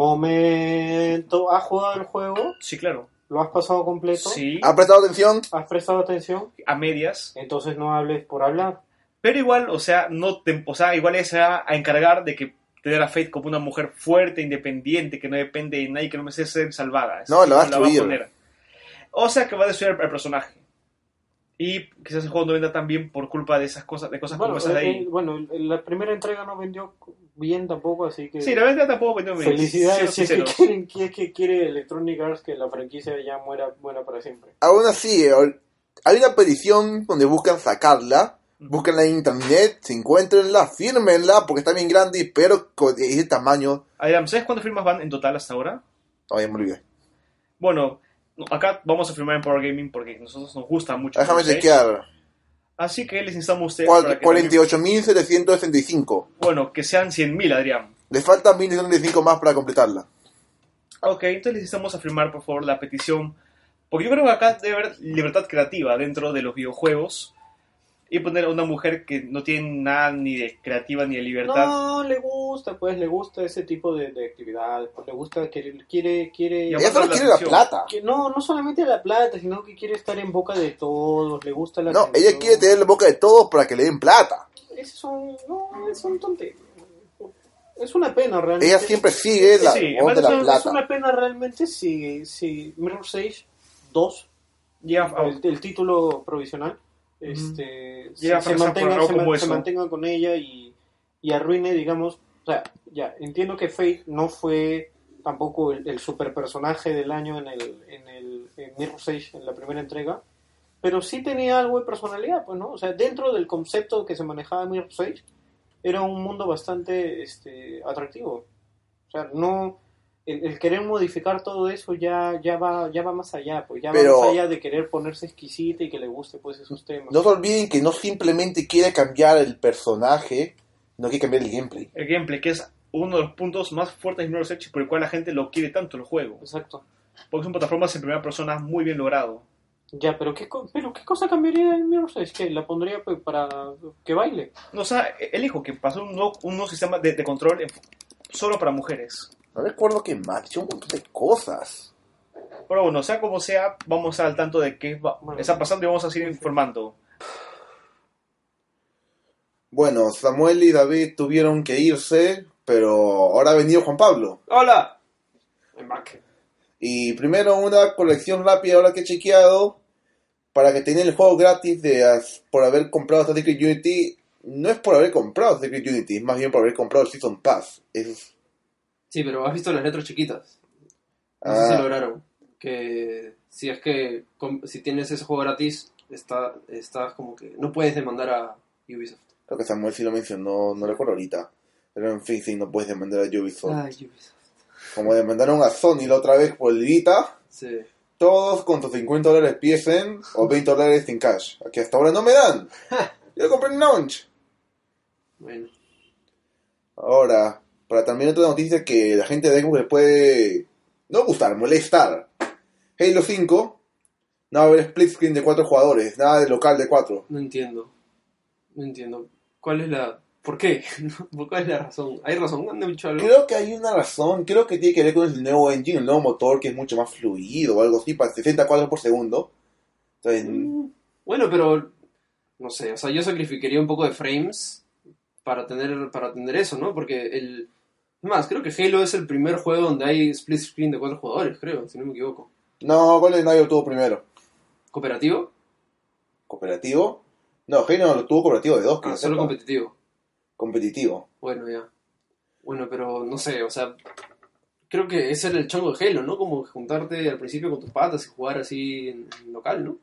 Speaker 4: Momento. ¿Has jugado el juego?
Speaker 2: Sí, claro.
Speaker 4: ¿Lo has pasado completo?
Speaker 2: Sí,
Speaker 3: ¿Ha prestado atención?
Speaker 4: ¿Has prestado atención?
Speaker 2: a medias.
Speaker 4: Entonces no hables por hablar.
Speaker 2: Pero igual, o sea, no te- o sea, igual ella se va a encargar de que tener a Faith como una mujer fuerte, independiente, que no depende de nadie, que no merece ser salvada. Es
Speaker 3: No, la va a
Speaker 2: como
Speaker 3: destruir.
Speaker 2: poner. O sea, que va a destruir al al personaje. Y quizás el juego no venda tan bien por culpa de esas cosas, de cosas
Speaker 4: Bueno,
Speaker 2: como esas de
Speaker 4: eh,
Speaker 2: ahí.
Speaker 4: eh, bueno, la primera entrega no vendió bien tampoco, así que...
Speaker 2: Sí, la verdad tampoco vendió bien.
Speaker 4: Felicidades, si
Speaker 2: siendo
Speaker 4: es
Speaker 2: sinceros.
Speaker 4: que, quieren, si es que quiere Electronic Arts que la franquicia ya muera, muera para siempre.
Speaker 3: Aún así, eh, al- hay una petición donde buscan sacarla. Búsquenla en internet, se encuentrenla, fírmenla, porque está bien grande, pero con ese tamaño.
Speaker 2: Adrián, ¿sabes cuántas firmas van en total hasta ahora?
Speaker 3: Ay, me olvidé.
Speaker 2: Bueno, no, acá vamos a firmar en Power Gaming porque a nosotros nos gusta mucho.
Speaker 3: Déjame
Speaker 2: Mirror's Edge.
Speaker 3: chequear.
Speaker 2: Así que les instamos a ustedes para
Speaker 3: Cuar-
Speaker 2: que también-
Speaker 3: 48.765.
Speaker 2: Bueno, que sean 100.000, Adrián.
Speaker 3: Le faltan 1.295 más para completarla.
Speaker 2: Ok, entonces les necesitamos a firmar, por favor, la petición. Porque yo creo que acá debe haber libertad creativa dentro de los videojuegos. Y poner a una mujer que no tiene nada ni de creativa ni de libertad.
Speaker 4: No, le gusta, pues, le gusta ese tipo de, de actividades, pues, le gusta, quiere, quiere, quiere...
Speaker 2: Ya,
Speaker 3: Ella solo
Speaker 2: la
Speaker 3: quiere la
Speaker 2: atención.
Speaker 3: plata.
Speaker 4: que no, no solamente la plata, sino que quiere estar en boca de todos, le gusta la
Speaker 3: No,
Speaker 4: atención.
Speaker 3: ella quiere tener la boca de todos para que le den plata.
Speaker 4: Es un, no, es un tontería. Es una pena realmente.
Speaker 3: Ella siempre sigue la
Speaker 2: Sí,
Speaker 3: voz de
Speaker 2: aparte
Speaker 3: la
Speaker 2: son-
Speaker 4: Es
Speaker 3: plata.
Speaker 4: una pena realmente si, si Mirror's Edge 2,
Speaker 2: Llega a-
Speaker 4: el, el título provisional, este, se-
Speaker 2: Llega a
Speaker 4: se,
Speaker 2: fracasar por
Speaker 4: mantenga,
Speaker 2: algo
Speaker 4: se,
Speaker 2: como
Speaker 4: ma- se
Speaker 2: eso.
Speaker 4: mantenga con ella y, y arruine, digamos, o sea, ya, entiendo que Faith no fue tampoco el, el super personaje del año en el, en el en Mirror's Edge, en la primera entrega, pero sí tenía algo de personalidad, pues, ¿no? O sea, dentro del concepto que se manejaba en Mirror's Edge, era un mundo bastante este, atractivo. O sea, no... El, el querer modificar todo eso ya, ya, va, ya va más allá, pues ya
Speaker 3: Pero-
Speaker 4: va más allá de querer ponerse exquisita y que le guste pues esos temas.
Speaker 3: No se olviden que no simplemente quiere cambiar el personaje, no quiere cambiar el gameplay.
Speaker 2: el gameplay, que es uno de los puntos más fuertes de Mirror's Edge por el cual la gente lo quiere tanto el juego.
Speaker 4: Exacto.
Speaker 2: Porque son plataformas en primera persona muy bien logrado.
Speaker 4: Ya, pero ¿qué, co- pero ¿qué cosa cambiaría del Mirror Es que la pondría pues, para que baile.
Speaker 2: No, o sea, elijo que pasó un nuevo, un nuevo sistema de, de control en- solo para mujeres.
Speaker 3: No recuerdo que más, hizo un montón de cosas.
Speaker 2: Pero bueno, sea como sea, vamos a estar al tanto de qué va-
Speaker 4: Bueno.
Speaker 2: está pasando y vamos a seguir informando.
Speaker 3: Bueno, Samuel y David tuvieron que irse, pero ahora ha venido Juan Pablo.
Speaker 4: ¡Hola! En Mac.
Speaker 3: Y primero una colección rápida, ahora que he chequeado, para que tengan el juego gratis de as- por haber comprado esta Secret Unity. No es por haber comprado Secret Unity, es más bien por haber comprado el Season Pass. Es,
Speaker 5: Sí, pero has visto las letras chiquitas. No sé si
Speaker 3: ah,
Speaker 5: lograron. Que si es que com- si tienes ese juego gratis, está, estás como que no puedes demandar a Ubisoft.
Speaker 3: creo que Samuel sí lo mencionó, no recuerdo ahorita. Pero en fin, sí, no puedes demandar a Ubisoft.
Speaker 5: Ay, Ah, Ubisoft.
Speaker 3: Como demandaron a Sony la otra vez por el Vita.
Speaker 5: Sí.
Speaker 3: todos con tus 50 dólares piecen o 20 dólares en cash, que hasta ahora no me dan. Yo compré en launch.
Speaker 5: Bueno.
Speaker 3: Ahora, para terminar otra noticia que la gente de Xbox le puede no gustar, molestar. Halo 5, no va a haber split screen de 4 jugadores, nada de local de 4.
Speaker 5: No entiendo. No entiendo. ¿Cuál es la... ¿Por qué? ¿Cuál es la razón? ¿Hay razón? ¿Han dicho algo?
Speaker 3: Creo que hay una razón, creo que tiene que ver con el nuevo engine, el nuevo motor que es mucho más fluido o algo así, para 60 cuadros por segundo. Entonces,
Speaker 5: Mm, Bueno, pero... No sé, o sea, yo sacrificaría un poco de frames para tener, para tener eso, ¿no? Porque el... Es más, creo que Halo es el primer juego donde hay split screen de cuatro jugadores, creo, si no me equivoco.
Speaker 3: no, Golden lo tuvo primero.
Speaker 5: ¿Cooperativo?
Speaker 3: ¿Cooperativo? No, Halo lo tuvo cooperativo de 2,
Speaker 5: Ah, solo competitivo.
Speaker 3: competitivo.
Speaker 5: Bueno, ya. Bueno, pero no sé, o sea, creo que ese era el chongo de Halo, ¿no? Como juntarte al principio con tus patas y jugar así en, en local, ¿no?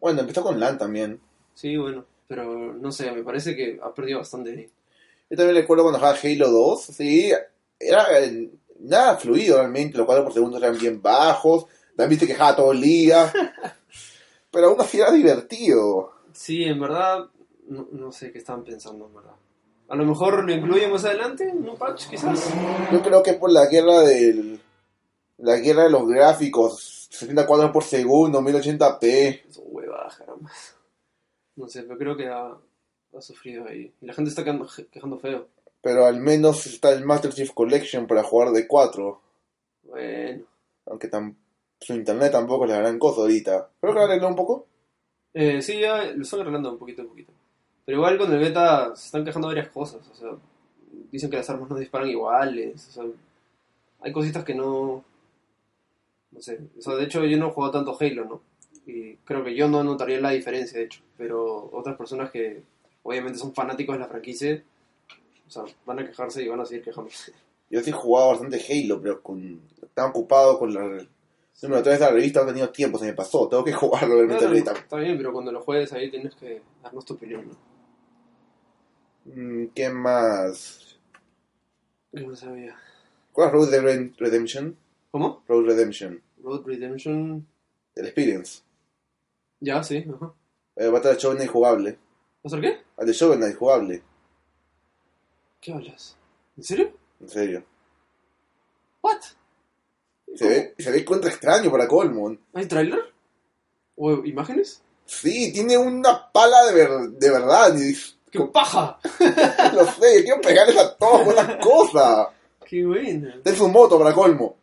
Speaker 3: Bueno, empezó con LAN también.
Speaker 5: Sí, bueno, pero no sé, me parece que ha perdido bastante. ahí.
Speaker 3: Yo también recuerdo cuando jugaba Halo 2, sí, era eh, nada fluido realmente, los cuadros por segundo eran bien bajos, también se quejaba todo el día, pero aún así era divertido.
Speaker 5: Sí, en verdad, no, no sé qué estaban pensando, en verdad. A lo mejor lo incluyen más adelante, en un patch, quizás.
Speaker 3: Yo creo que por la guerra del... La guerra de los gráficos, 60 cuadros por segundo, 1080p.
Speaker 5: Son huevadas, caramba. No sé, pero creo que ha, ha sufrido ahí. Y la gente está quejando, quejando feo.
Speaker 3: Pero al menos está el Master Chief Collection para jugar de 4.
Speaker 5: Bueno.
Speaker 3: Aunque tam- su internet tampoco es la gran cosa ahorita. Creo que lo arregló un poco.
Speaker 5: Eh, sí, ya lo están arreglando un poquito a poquito. Pero igual con el beta se están quejando varias cosas. O sea, dicen que las armas no disparan iguales. O sea, hay cositas que no. No sé. O sea, de hecho, yo no he jugado tanto Halo, ¿no? Y creo que yo no notaría la diferencia, de hecho. Pero otras personas que obviamente son fanáticos de la franquicia, o sea, van a quejarse y van a seguir quejándose.
Speaker 3: Yo sí jugaba bastante Halo, pero con, estaba ocupado con la número 3 de la revista, no he tenido tiempo, se me pasó. Tengo que jugarlo
Speaker 5: Claro,
Speaker 3: realmente ahorita.
Speaker 5: está bien, pero cuando lo juegues ahí tienes que darnos tu opinión, ¿no?
Speaker 3: Mm, ¿Qué más?
Speaker 5: Yo no sabía.
Speaker 3: ¿Cuál es Road de Ren- Redemption?
Speaker 5: ¿Cómo?
Speaker 3: Road Redemption,
Speaker 5: Road Redemption
Speaker 3: el Experience.
Speaker 5: Ya, sí, ajá.
Speaker 3: Eh, va a estar Shovel Knight jugable.
Speaker 5: ¿O sea, qué?
Speaker 3: Al de Shovel Knight jugable,
Speaker 5: ¿Qué hablas? ¿En serio?
Speaker 3: en serio.
Speaker 5: ¿What?
Speaker 3: Se ve, se ve contra extraño para Colmon.
Speaker 5: ¿Hay trailer? ¿O imágenes?
Speaker 3: Sí, tiene una pala de, ver- de verdad. y-
Speaker 5: ¡Qué paja!
Speaker 3: no sé, quiero pegarles a todos buenas cosas.
Speaker 5: ¡Qué buena!
Speaker 3: Es su moto para colmo.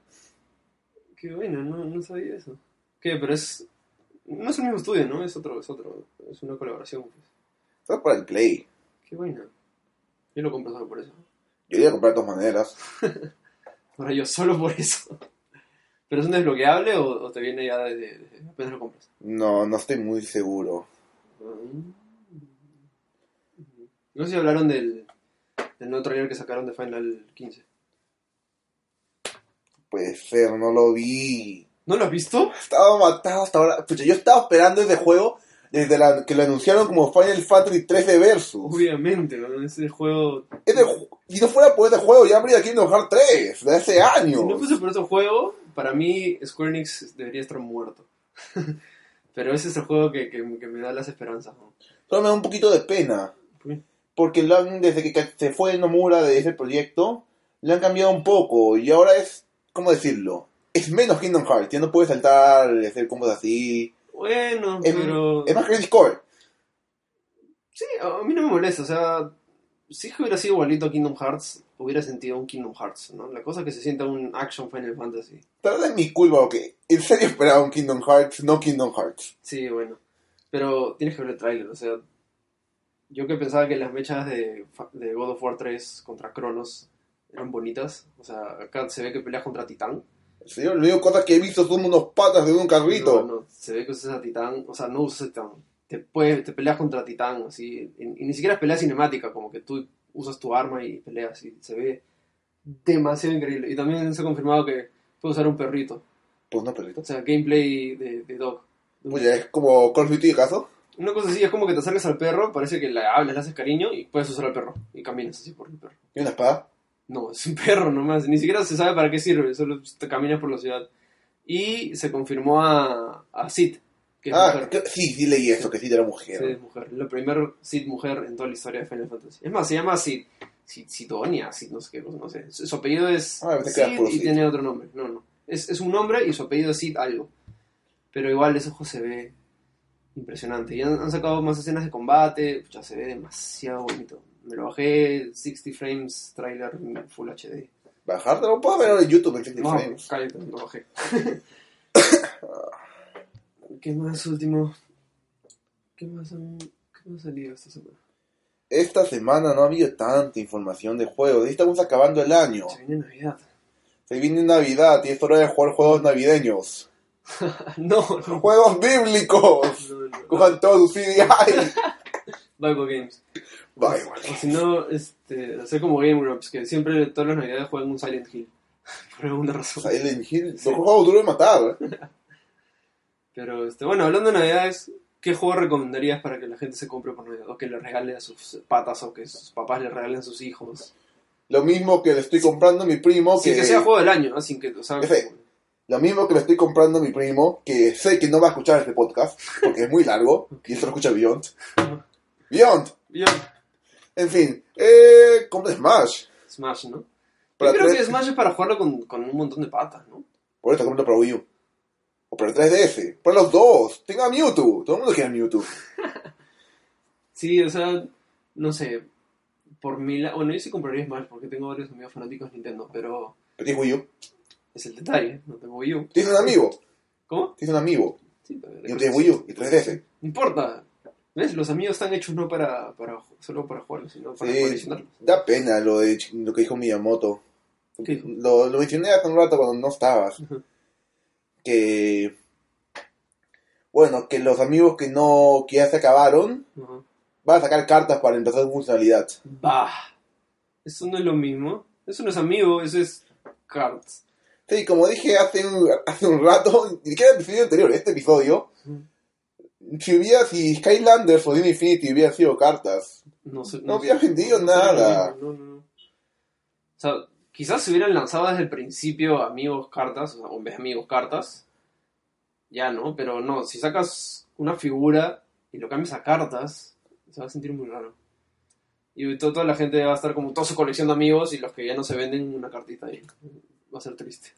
Speaker 5: ¡Qué buena! No, no sabía eso. ¿Qué? Pero es... No es el mismo estudio, ¿no? Es otro, es otro. Es una colaboración. Pues.
Speaker 3: Eso es para el Play.
Speaker 5: ¡Qué buena! Yo lo compro solo por eso.
Speaker 3: Yo iría a comprar de todas maneras.
Speaker 5: Ahora yo solo por eso. ¿Pero es un desbloqueable o, o te viene ya desde... desde- apenas lo compras?
Speaker 3: No, no estoy muy seguro.
Speaker 5: Ah. No sé si hablaron del... Del nuevo trailer que sacaron de Final 15.
Speaker 3: Puede ser, no lo vi.
Speaker 5: ¿No lo has visto?
Speaker 3: Estaba matado hasta ahora. Pucha, yo estaba esperando ese juego desde la, que lo anunciaron como Final Fantasy 3 de Versus.
Speaker 5: Obviamente, ¿no? ese juego.
Speaker 3: Este ju- y no fuera por este juego, ya habría Kingdom Hearts 3 de hace años.
Speaker 5: Si no fuese por ese juego, para mí Square Enix debería estar muerto. Pero ese es el juego que, que- que me da las esperanzas. ¿no?
Speaker 3: Solo me da un poquito de pena.
Speaker 5: ¿Por qué?
Speaker 3: Porque lo han- desde que ca- se fue Nomura de ese proyecto, le han cambiado un poco. Y ahora es, ¿cómo decirlo? Es menos Kingdom Hearts. Ya no puedes saltar, hacer combos así.
Speaker 5: Bueno,
Speaker 3: Es,
Speaker 5: pero.
Speaker 3: es más Crisis Core.
Speaker 5: Sí, a a mí no me molesta. O sea, si es que hubiera sido igualito a Kingdom Hearts, hubiera sentido un Kingdom Hearts, ¿no? La cosa es que se sienta un action Final Fantasy.
Speaker 3: Tal vez mi culpa, ok. En serio esperaba un Kingdom Hearts, no Kingdom Hearts.
Speaker 5: Sí, bueno. Pero tienes que ver el tráiler, o sea... Yo que pensaba que las mechas de, fa- de God of War 3 contra Cronos eran bonitas. O sea, acá se ve que peleas contra Titán.
Speaker 3: Sí, yo le digo cosas que he visto, son unos patas de un carrito.
Speaker 5: No, no, se ve que usas a Titán, o sea, no usas a Titán. Te, puedes, te peleas contra Titán, así. Y, y ni siquiera es pelea cinemática, como que tú usas tu arma y peleas, y se ve demasiado increíble. Y también se ha confirmado que puedes usar un perrito,
Speaker 3: Pues no, perrito.
Speaker 5: o sea, gameplay de, de dog.
Speaker 3: Oye, es como Call of Duty, ¿acaso?
Speaker 5: Una cosa así es como que te acercas al perro, parece que le hablas, le haces cariño y puedes usar al perro. Y caminas así por el perro.
Speaker 3: ¿Y una espada?
Speaker 5: No, es un perro nomás. Ni siquiera se sabe para qué sirve. Solo te caminas por la ciudad. Y se confirmó a, a Sid. Que es
Speaker 3: ah,
Speaker 5: mujer.
Speaker 3: que- sí, sí leí eso, que sí era mujer.
Speaker 5: Sid es mujer. La primera Sid mujer en toda la historia de Final Fantasy. Es más, se llama Sid. Sid Sidonia, Sid no sé qué cosa, no sé. Su, su apellido es
Speaker 3: Ah, pensé que era
Speaker 5: Sid
Speaker 3: puro
Speaker 5: y
Speaker 3: Sid.
Speaker 5: tiene otro nombre. No, no. Es, es un nombre y su apellido es Sid algo. Pero igual ese ojo se ve impresionante. Y han, han sacado más escenas de combate. Ya se ve demasiado bonito. Me lo bajé 60 frames trailer Full HD.
Speaker 3: Bajarte, lo puedo ver ahora en YouTube en 60
Speaker 5: No,
Speaker 3: frames.
Speaker 5: cállate, lo bajé. ¿Qué más último? ¿Qué más, han- qué más ha salido esta semana?
Speaker 3: Esta semana no ha habido tanta información de juegos. Ya estamos acabando el año.
Speaker 5: Se viene Navidad.
Speaker 3: Se viene Navidad y es hora de jugar juegos navideños.
Speaker 5: No, no.
Speaker 3: ¡Juegos bíblicos!
Speaker 5: no, no.
Speaker 3: Cojan todos sus CDI.
Speaker 5: Bible Games.
Speaker 3: Bye,
Speaker 5: Pues, O si no, este, hacer como Game Grumps, que siempre todas las navidades juegan un Silent Hill. Por alguna razón.
Speaker 3: Silent Hill. Los juegos duros de matar.
Speaker 5: Pero, este, bueno, hablando de navidades, ¿qué juego recomendarías para que la gente se compre por navidad? O que le regale a sus patas, o que sus papás le regalen a sus hijos.
Speaker 3: Lo mismo que le estoy comprando a mi primo.
Speaker 5: Sin que sea juego del año, ¿no? Sin que, o sea,
Speaker 3: Efe.
Speaker 5: como-
Speaker 3: Lo mismo que le estoy comprando a mi primo, que sé que no va a escuchar este podcast, porque es muy largo, y eso lo escucha Beyond. Beyond,
Speaker 5: Yo-
Speaker 3: en fin, eh, compra Smash.
Speaker 5: Smash, ¿no?
Speaker 3: Para
Speaker 5: Yo creo
Speaker 3: tres-
Speaker 5: que Smash es para jugarlo con, con un montón de patas, ¿no?
Speaker 3: Por eso compra para Wii U. O para 3DS. Para los dos. Tenga Mewtwo. Todo el mundo quiere a Mewtwo.
Speaker 5: Sí, o sea, no sé. Por mil. Bueno, yo sí compraría Smash porque tengo varios amigos fanáticos de Nintendo, pero
Speaker 3: Pero tienes Wii U.
Speaker 5: es el detalle, no tengo Wii U.
Speaker 3: Tienes un amigo.
Speaker 5: ¿Cómo?
Speaker 3: Tienes un amigo.
Speaker 5: Sí, pero
Speaker 3: Y no tienes Wii U. Y 3DS.
Speaker 5: No importa. ¿Ves? Los amigos están hechos no para, para solo para jugarlos, sino para
Speaker 3: Sí.
Speaker 5: coleccionarlos.
Speaker 3: Da pena lo, de, ch- lo que dijo Miyamoto.
Speaker 5: ¿Qué dijo?
Speaker 3: Lo, lo mencioné hace un rato cuando no estabas.
Speaker 5: Ujú.
Speaker 3: Que. Bueno, que los amigos que no. que ya se acabaron.
Speaker 5: Ajá.
Speaker 3: van a sacar cartas para empezar su funcionalidad.
Speaker 5: Bah. Eso no es lo mismo. Eso no es amigo, eso es cards.
Speaker 3: Sí, como dije hace un, hace un rato, ni siquiera el episodio anterior, este episodio,
Speaker 5: Ujú.
Speaker 3: si hubiera, si Skylanders o Dune Infinity hubiera sido cartas,
Speaker 5: No, sé,
Speaker 3: no
Speaker 5: sé.
Speaker 3: hubiera vendido
Speaker 5: No,
Speaker 3: nada.
Speaker 5: No, no, no. O sea, quizás se hubieran lanzado desde el principio amigos cartas, o sea, o en vez de amigos cartas. Ya no, pero no, si sacas una figura y lo cambias a cartas, se va a sentir muy raro. Y to- toda la gente va a estar como toda su colección de amigos y los que ya no se venden una cartita ahí. Va a ser triste.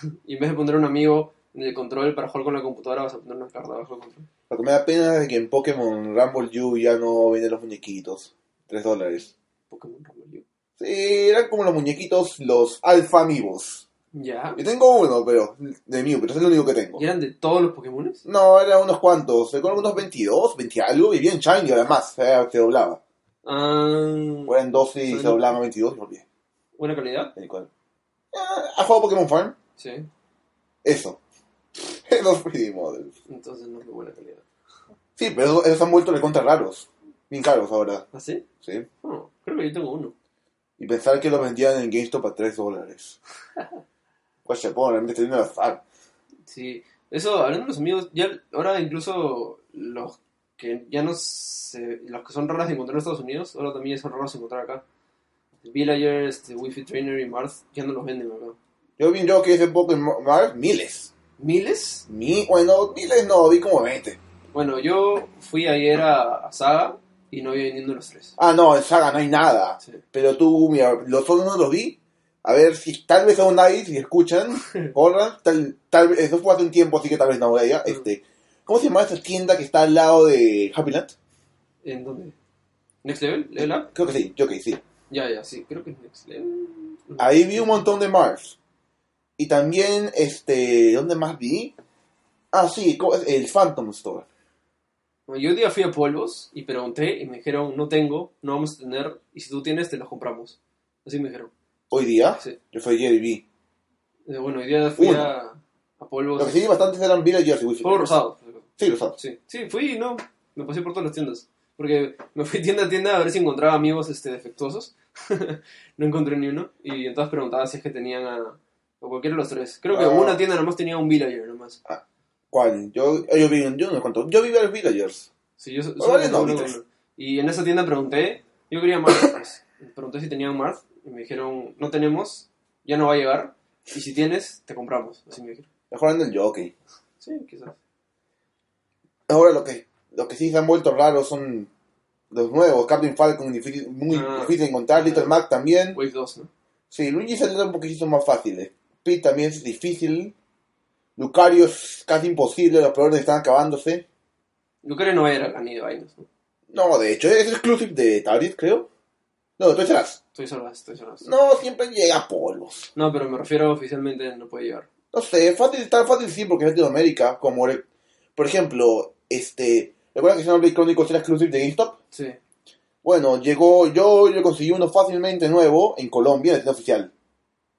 Speaker 5: y en vez de poner un amigo en el control para jugar con la computadora, vas a poner una carta bajo el control.
Speaker 3: Lo que me da pena es que en Pokémon Rumble U ya no venden los muñequitos. 3 dólares.
Speaker 5: Pokémon Rumble U.
Speaker 3: Sí, eran como los muñequitos, los Alpha Amigos.
Speaker 5: Ya.
Speaker 3: Yo tengo uno, pero, de Mew, pero es el único que tengo.
Speaker 5: ¿Y eran de todos los Pokémon?
Speaker 3: No, eran unos cuantos, recuerdo unos 22, 20 algo, y bien shiny además, eh, se doblaba.
Speaker 5: Ah,
Speaker 3: O eran 12 y
Speaker 5: Son-
Speaker 3: se doblaban a 22, y volvía.
Speaker 5: ¿Buena calidad?
Speaker 3: El cual. Ah, ¿Has jugado Pokémon Farm?
Speaker 5: Sí.
Speaker 3: Eso. Los 3D models.
Speaker 5: Entonces no es de buena calidad.
Speaker 3: Sí, pero esos, esos han vuelto recontra raros. Bien caros ahora,
Speaker 5: ¿Ah, sí?
Speaker 3: ¿sí?
Speaker 5: No, creo que yo tengo uno.
Speaker 3: Y pensar que los vendían en GameStop a 3 dólares. Pues Japón, realmente tiene al azar.
Speaker 5: Sí. Eso, hablando de los amigos, ya ahora incluso los que ya no se, los que son raros de encontrar en Estados Unidos, ahora también son raros de encontrar acá. Villager, este, Wi-Fi Trainer y Mars ya no los venden acá.
Speaker 3: Yo vi yo que ese Pokémon Mar, miles.
Speaker 5: ¿Miles?
Speaker 3: Mi, bueno, miles no, vi como 20.
Speaker 5: Bueno, yo fui ayer a, a Saga y no había vendiendo los tres.
Speaker 3: Ah, no, en Saga no hay nada.
Speaker 5: Sí.
Speaker 3: Pero tú, mira, los otros no los vi. A ver si tal vez aún hay, si escuchan, corran. Tal, tal vez, eso fue hace un tiempo, así que tal vez no eh, vaya. Este, ¿Cómo se llama esa tienda que está al lado de Happyland?
Speaker 5: ¿En dónde? ¿Next Level? ¿Level Up?
Speaker 3: Creo que sí, yo que sí.
Speaker 5: Ya, ya, sí, creo que es Next Level.
Speaker 3: Ahí vi un montón de Mars. Y también, este, ¿dónde más vi? Ah, sí, co- el Phantom Store.
Speaker 5: Bueno, Yo un día fui a Polvos y pregunté y me dijeron, no tengo, no vamos a tener, y si tú tienes, te los compramos. Así me dijeron.
Speaker 3: Hoy día,
Speaker 5: Sí.
Speaker 3: yo soy Jerry B.
Speaker 5: Eh, Bueno, hoy día fui
Speaker 3: Uno.
Speaker 5: a, a Polvos.
Speaker 3: Lo que sí vi bastantes eran Villagers y Wishing.
Speaker 5: Polvo rosado.
Speaker 3: Sí, rosado.
Speaker 5: Sí, sí, fui y no, me pasé por todas las tiendas. Porque me fui tienda a tienda a ver si encontraba amigos este, defectuosos. no encontré ni uno. Y entonces preguntaba si es que tenían a, o cualquiera de los tres. Creo que
Speaker 3: Ah.
Speaker 5: una tienda nomás tenía un villager nomás.
Speaker 3: ¿Cuál? Yo, eh, yo vi, yo no cuento. Yo vi varios Villagers.
Speaker 5: Sí, yo so-
Speaker 3: Ah,
Speaker 5: solo
Speaker 3: vale,
Speaker 5: compré
Speaker 3: no,
Speaker 5: uno
Speaker 3: viste.
Speaker 5: con uno. Y en esa tienda pregunté, yo quería Marth. pues. pregunté si tenían Marth y me dijeron, no tenemos, ya no va a llegar. Y si tienes, te compramos. Así me dijeron.
Speaker 3: Mejor en el Jockey.
Speaker 5: Sí, quizás.
Speaker 3: Ahora lo que, lo que sí se han vuelto raros son los nuevos. Captain Falcon, difícil- muy
Speaker 5: Ah.
Speaker 3: difícil de encontrar. Little Mac también.
Speaker 5: Wave 2, ¿no?
Speaker 3: Sí, Luigi salió un poquito más fácil. eh. Pete también es difícil. Lucario es casi imposible, los peores están acabándose.
Speaker 5: Lucario no va a ir acá ni de vainas, ¿no?
Speaker 3: No, de hecho, es exclusive de Taris, creo. No, de Toys R Us.
Speaker 5: Estoy sola, estoy sola.
Speaker 3: No, siempre llega a polvos.
Speaker 5: No, pero me refiero oficialmente no puede llegar.
Speaker 3: No sé, fácil, tan fácil sí, porque es Latinoamérica, como el- por ejemplo, este, ¿recuerdan que Xenoblade Chronicles era exclusive de GameStop?
Speaker 5: Sí.
Speaker 3: Bueno, llegó, yo, yo conseguí uno fácilmente nuevo en Colombia, en la tienda oficial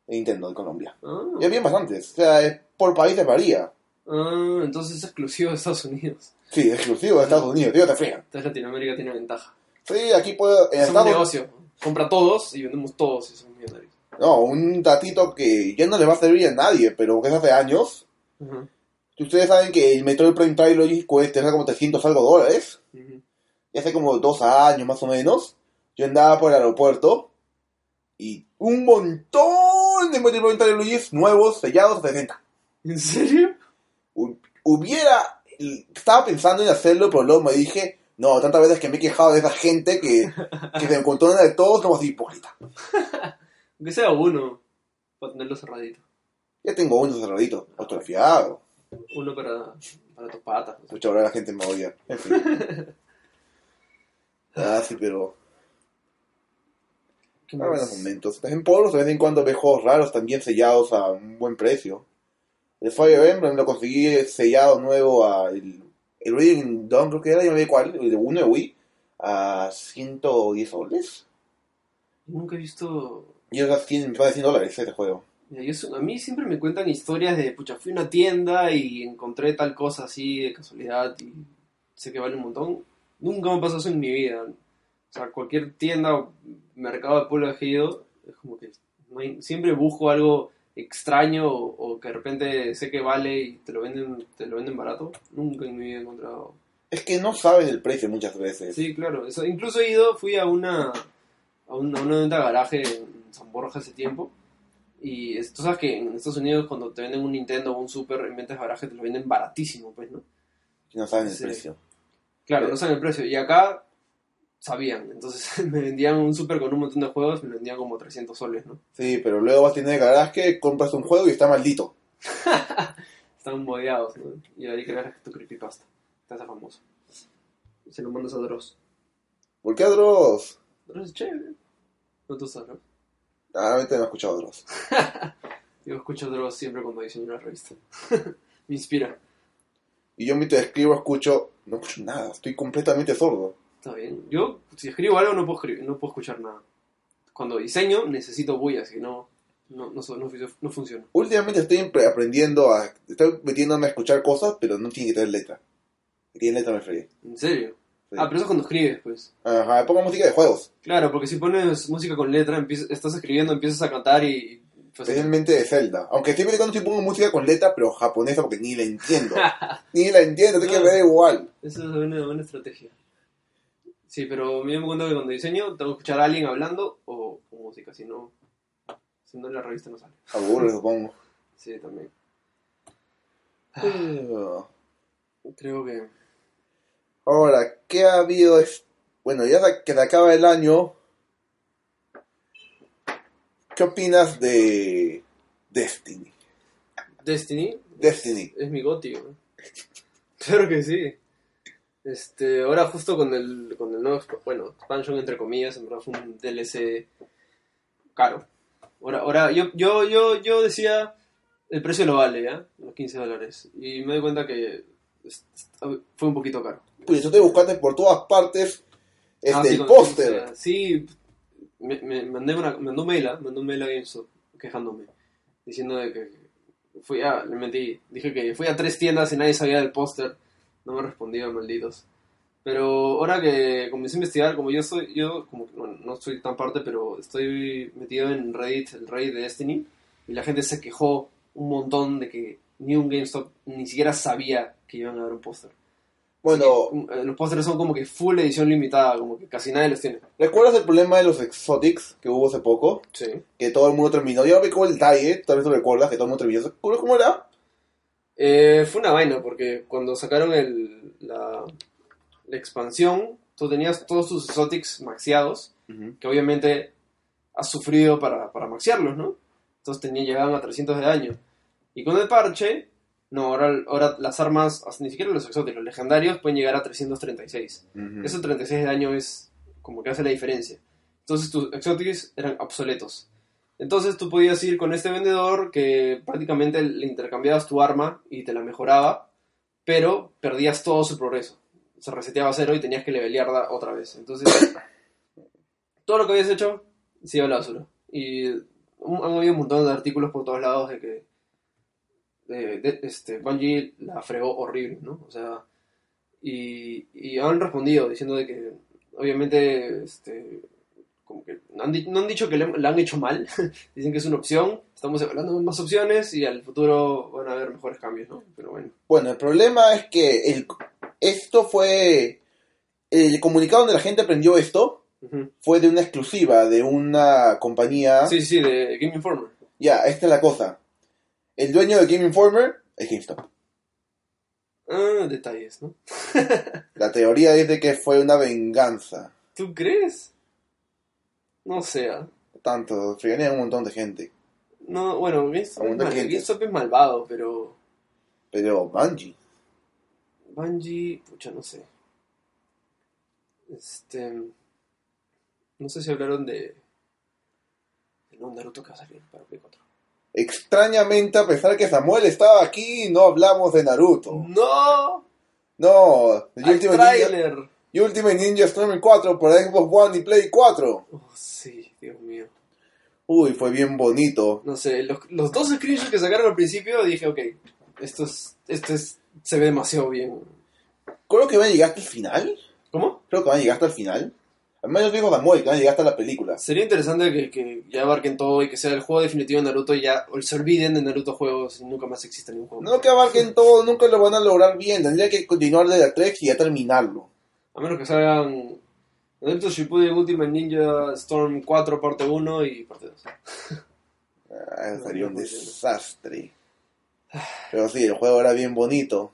Speaker 3: de Nintendo de Colombia.
Speaker 5: Ah,
Speaker 3: Y había bastantes, o sea, es- por países varía.
Speaker 5: ah, entonces es exclusivo de Estados Unidos.
Speaker 3: Sí, exclusivo de Estados Unidos, tío, te frían.
Speaker 5: Entonces Latinoamérica tiene ventaja.
Speaker 3: Sí, aquí puedo. En
Speaker 5: Es un
Speaker 3: Estados
Speaker 5: negocio. Compra todos y vendemos todos y son millonarios.
Speaker 3: No, un datito que ya no le va a servir a nadie, pero que es hace años.
Speaker 5: Ajá.
Speaker 3: Si ustedes saben que el Metroid Prime Trilogy cuesta era como 300 algo dólares,
Speaker 5: Ujú.
Speaker 3: y hace como dos años más o menos, yo andaba por el aeropuerto y un montón de Metroid Prime Trilogy nuevos, sellados a 60.
Speaker 5: ¿En serio?
Speaker 3: Hu- Hubiera. Estaba pensando en hacerlo, pero luego me dije. No, tantas veces que me he quejado de esa gente que, que se encontró de todos como así hipócrita.
Speaker 5: Aunque sea uno, para tenerlo cerradito.
Speaker 3: Ya tengo uno cerradito, autografiado.
Speaker 5: Uno para, para tus patas.
Speaker 3: Pucha, ahora la gente me odia. En fin. ah, sí, pero.
Speaker 5: ¿Qué
Speaker 3: Ah, buenos
Speaker 5: más?
Speaker 3: momentos. En polos de vez en cuando veo juegos raros también sellados a un buen precio. El Fire Emblem lo conseguí sellado nuevo a. El, el Reading Dawn, creo que era, yo no sé cuál, el de uno de Wii, a 110 soles.
Speaker 5: Nunca he visto...
Speaker 3: Y ahora 100, más de 100 dólares ese juego.
Speaker 5: Mira, yo su- a mí siempre me cuentan historias de, pucha, fui a una tienda y encontré tal cosa así de casualidad y sé que vale un montón. Nunca me pasó eso en mi vida. O sea, cualquier tienda o mercado de pueblo que he ido, es como que no hay- siempre busco algo extraño o, o que de repente sé que vale y te lo venden te lo venden barato. Nunca en mi vida he encontrado
Speaker 3: Es que no saben el precio muchas veces.
Speaker 5: Sí, claro. Eso- incluso he ido, fui a una a un- a una venta de garaje en San Borja hace tiempo. Y es- tú sabes que en Estados Unidos cuando te venden un Nintendo o un Super en ventas de garaje te lo venden baratísimo, pues, ¿no?
Speaker 3: No saben el
Speaker 5: Sí.
Speaker 3: precio.
Speaker 5: Claro, no saben el precio. Y acá sabían. Entonces me vendían un Super con un montón de juegos, me lo vendían como 300 soles, ¿no?
Speaker 3: Sí, pero luego vas a tener garaje, compras un juego y está maldito.
Speaker 5: Estaban bodeados, ¿no? Y ahí creas tu creepypasta. Te hace famoso. Y se lo mandas a Dross.
Speaker 3: ¿Por qué a Dross?
Speaker 5: Dross es chévere. No tú sabes, ¿no?
Speaker 3: Ah, ahorita no he escuchado a Dross.
Speaker 5: Yo escucho Dross siempre cuando diseño una revista. me inspira.
Speaker 3: Y yo mientras escribo escucho, no escucho nada, estoy completamente sordo.
Speaker 5: Está bien. Yo, si escribo algo, no puedo, escribir- no puedo escuchar nada. Cuando diseño, necesito bulla, si no, no, no, so- no, fu- no funciona.
Speaker 3: Últimamente estoy empre- aprendiendo a, estoy metiéndome a escuchar cosas, pero no tiene que tener letra. Si tiene letra me fregué.
Speaker 5: ¿En serio?
Speaker 3: Sí.
Speaker 5: Ah, pero eso es cuando escribes, pues.
Speaker 3: Ajá, pongo música de juegos,
Speaker 5: Claro, porque si pones música con letra, empiezas- estás escribiendo, empiezas a cantar y... pues,
Speaker 3: especialmente de Zelda. Aunque estoy cuando sí pongo música con letra, pero japonesa porque ni la entiendo. ni la entiendo, tengo que ver igual.
Speaker 5: Esa es una buena estrategia. Sí, pero yo me cuento que cuando diseño, tengo que escuchar a alguien hablando o, o música, si no... Si no, la revista no sale.
Speaker 3: Aburre, supongo.
Speaker 5: Sí, también.
Speaker 3: Ah.
Speaker 5: Creo que...
Speaker 3: Ahora, ¿qué ha habido? es- Bueno, ya sa- que se acaba el año, ¿qué opinas de Destiny?
Speaker 5: Destiny
Speaker 3: Destiny.
Speaker 5: es mi goti, Claro que sí. Este, ahora justo con el, con el nuevo, exp- bueno, expansion entre comillas, en verdad fue un DLC caro. Ahora, ahora yo, yo, yo, yo decía, el precio lo vale, ¿ya? Los 15 dólares. Y me doy cuenta que es- es- fue un poquito caro.
Speaker 3: Pues yo estoy buscando por todas partes este,
Speaker 5: Ah, sí,
Speaker 3: el
Speaker 5: con-
Speaker 3: póster.
Speaker 5: Sí, me, me mandé una, mandó un mail, ah, mandó un mail a GameStop quejándome, diciendo de que fui a, le metí, dije que fui a tres tiendas y nadie sabía del póster, no me respondieron, malditos. Pero ahora que comencé a investigar, como yo soy, yo como que, bueno, no soy tan parte, pero estoy metido en Reddit, el Reddit de Destiny, y la gente se quejó un montón de que ni un GameStop ni siquiera sabía que iban a dar un póster.
Speaker 3: Bueno,
Speaker 5: Eh, Los pósteres son como que full edición limitada, como que casi nadie los tiene.
Speaker 3: ¿recuerdas el problema de los exotics que hubo hace poco?
Speaker 5: Sí.
Speaker 3: Que todo el mundo terminó. Yo me como el Diet, tal vez lo recuerdas, que todo el mundo terminó. ¿Recuerdas cómo era?
Speaker 5: Eh, fue una vaina, porque cuando sacaron el, la, la expansión, tú tenías todos tus exotics maxeados, que obviamente has sufrido para, para maxearlos, ¿no? Entonces tenían, llegaban a 300 de daño. Y con el parche, no, ahora, ahora las armas, hasta ni siquiera los exóticos, los legendarios pueden llegar a 336.
Speaker 3: Ujú.
Speaker 5: Eso 36 de daño es como que hace la diferencia. Entonces tus exotics eran obsoletos. Entonces tú podías ir con este vendedor que prácticamente le intercambiabas tu arma y te la mejoraba, pero perdías todo su progreso. Se reseteaba a cero y tenías que levelearla otra vez. Entonces, todo lo que habías hecho se iba a la basura. Y un- han habido un montón de artículos por todos lados de que de- de- este, Bungie la fregó horrible, ¿no? O sea, y, y han respondido diciendo de que obviamente este, como que han di- no han dicho que le, la han hecho mal dicen que es una opción estamos evaluando más opciones y al futuro van a haber mejores cambios no pero bueno
Speaker 3: Bueno, el problema es que el, esto fue. El comunicado donde la gente aprendió esto
Speaker 5: Ujú.
Speaker 3: fue de una exclusiva, de una compañía.
Speaker 5: Ah. sí sí de Game Informer
Speaker 3: Ya, esta es la cosa. El dueño de Game Informer es GameStop.
Speaker 5: ah detalles no
Speaker 3: La teoría es de que fue una venganza.
Speaker 5: tú crees no sea
Speaker 3: Tanto, fregané a un montón de gente.
Speaker 5: no bueno GameStop, es,
Speaker 3: Aguanta
Speaker 5: mal-
Speaker 3: gente.
Speaker 5: GameStop es malvado pero
Speaker 3: Pero Bungie.
Speaker 5: Bungie pucha no sé este no sé si hablaron de el nuevo Naruto que va a salir para Play 4
Speaker 3: Extrañamente, a pesar que Samuel estaba aquí, no hablamos de Naruto.
Speaker 5: ¡No!
Speaker 3: No, de
Speaker 5: ¡Al
Speaker 3: Ultimate Ninja,
Speaker 5: tráiler!
Speaker 3: Ultimate Ninja Storm 4 para Xbox One y Play 4.
Speaker 5: Oh, sí, Dios mío.
Speaker 3: Uy, fue bien bonito.
Speaker 5: No sé, los, los dos screenshots que sacaron al principio dije, ok, esto es, esto es, se ve demasiado bien.
Speaker 3: Creo que van a llegar hasta el final.
Speaker 5: ¿Cómo?
Speaker 3: Creo que van a llegar hasta el final. Al menos digo Samuel, que van a llegar hasta la película.
Speaker 5: Sería interesante que, que ya abarquen todo y que sea el juego definitivo de Naruto y ya o se olviden de Naruto juegos y nunca más exista ningún juego.
Speaker 3: No que abarquen todo, nunca lo van a lograr bien. Tendría que continuar desde la 3 y ya terminarlo.
Speaker 5: A menos que salgan Naruto Shippuden Ultimate Ninja Storm 4 parte 1 y parte 2.
Speaker 3: Ah, sería un
Speaker 5: no, no.
Speaker 3: desastre. Pero sí, el juego era bien bonito.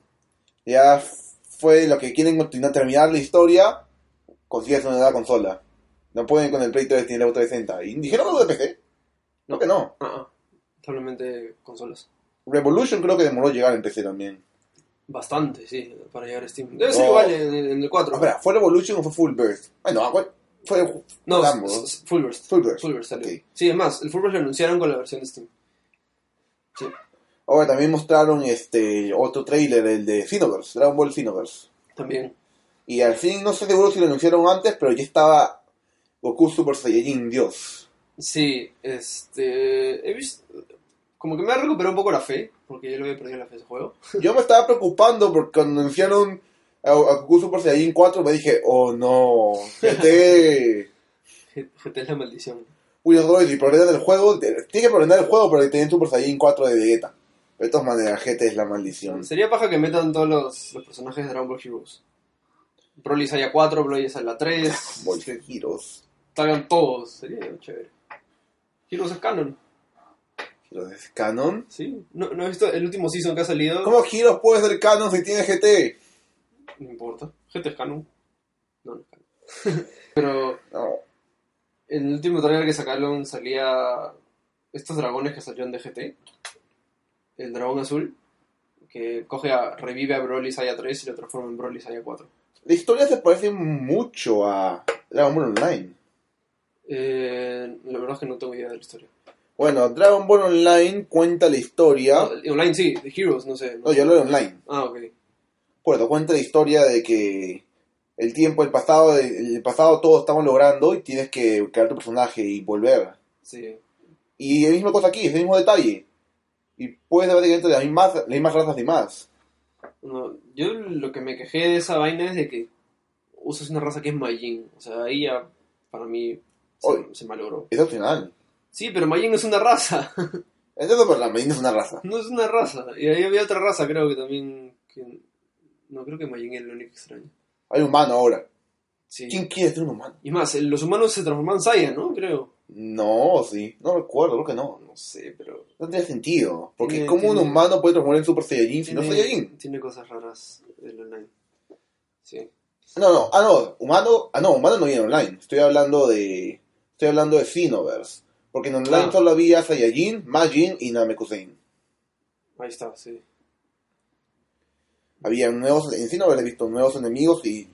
Speaker 3: Ya fue lo que quieren continuar, terminar la historia. Consigues una nueva consola. No pueden con el Play 3 ni la 360. Y dijeron algo de PC. No, que no.
Speaker 5: Ah, ah, solamente consolas.
Speaker 3: Revolution creo que demoró llegar en PC también.
Speaker 5: Bastante, sí, para llegar a Steam. Debe ser
Speaker 3: No.
Speaker 5: igual en, en el 4.
Speaker 3: Pero Oh. Ah, espera, ¿fue Revolution o fue Full Burst? Bueno, ah, fue, fue
Speaker 5: No,
Speaker 3: Rambo.
Speaker 5: s- s- Full Burst.
Speaker 3: Full Burst.
Speaker 5: Full Burst salió.
Speaker 3: Ok.
Speaker 5: Sí, es más, el Full Burst lo anunciaron con la versión de Steam.
Speaker 3: Ahora también mostraron este otro trailer, el de Xenoverse, Dragon Ball Xenoverse.
Speaker 5: También.
Speaker 3: Y al fin, no sé seguro si lo anunciaron antes, pero ya estaba Goku Super Saiyajin Dios.
Speaker 5: Sí, este. He visto. Como que me ha recuperado un poco la fe, porque yo le había perdido la fe a ese juego.
Speaker 3: Yo me estaba preocupando porque cuando anunciaron a, a Goku Super Saiyajin 4 me dije, oh no, GT.
Speaker 5: G- GT es la maldición.
Speaker 3: Uy, Android, y problema del juego, te- tiene que problemar el juego para tener Super Saiyajin 4 de Vegeta. De todas maneras, GT es la maldición.
Speaker 5: Sería paja que metan todos los, los personajes de Dragon Ball Heroes. Broly sale a 4, Broly sale a 3.
Speaker 3: Voy, giros.
Speaker 5: Salgan todos, sería chévere. Heroes es canon,
Speaker 3: ¿Giros es canon?
Speaker 5: sí. No, no he visto el último season que ha salido.
Speaker 3: ¿Cómo giros puede ser canon si tiene GT?
Speaker 5: No importa. GT es canon. No, no es canon. Pero.
Speaker 3: No.
Speaker 5: En el último trailer que sacaron salía estos dragones que salieron de GT. El dragón azul, que coge a, revive a Broly Saya 3 y lo transforma en Broly Saya 4.
Speaker 3: La historia se parece mucho a Dragon Ball Online.
Speaker 5: Eh, la verdad es que no tengo idea de la historia.
Speaker 3: Bueno, Dragon Ball Online cuenta la historia.
Speaker 5: No, online sí, The Heroes, no sé.
Speaker 3: No, yo hablo de online.
Speaker 5: Ah, ok.
Speaker 3: Bueno, cuenta la historia de que el tiempo, el pasado, el pasado todos estamos logrando y tienes que crear tu personaje y volver.
Speaker 5: Sí.
Speaker 3: Y la misma cosa aquí, es el mismo detalle. Y puedes debatir entre las mismas, las mismas razas de más.
Speaker 5: No, yo lo que me quejé de esa vaina es de que usas una raza que es Majin. O sea, ahí ya, para mí,
Speaker 3: Oy.
Speaker 5: se, se malogró.
Speaker 3: Es opcional.
Speaker 5: Sí, pero Majin no es una raza.
Speaker 3: Entiendo, pero la medina es una raza.
Speaker 5: No es una raza. Y ahí había otra raza, creo que también. que- No creo que Majin era el único extraño.
Speaker 3: Hay un humano ahora.
Speaker 5: Sí.
Speaker 3: ¿Quién quiere ser un humano?
Speaker 5: Y más, eh, los humanos se transforman en Saiyan, ¿no? Creo.
Speaker 3: No, sí. No recuerdo, creo que no.
Speaker 5: No sé, pero.
Speaker 3: No tiene sentido. Porque
Speaker 5: Tiene-
Speaker 3: ¿cómo un
Speaker 5: tiene-
Speaker 3: humano puede transformar en Super Saiyajin si no es
Speaker 5: tiene-
Speaker 3: Saiyajin?
Speaker 5: Tiene cosas raras el online. Sí.
Speaker 3: No, no. Ah, no. Humano... Ah, no. Humano no viene online. Estoy hablando de... Estoy hablando de Xenoverse. Porque en online
Speaker 5: Ah.
Speaker 3: solo había Saiyajin, Majin y Namekusein.
Speaker 5: Ahí está, sí.
Speaker 3: Había nuevos... En Xenoverse he visto nuevos enemigos y...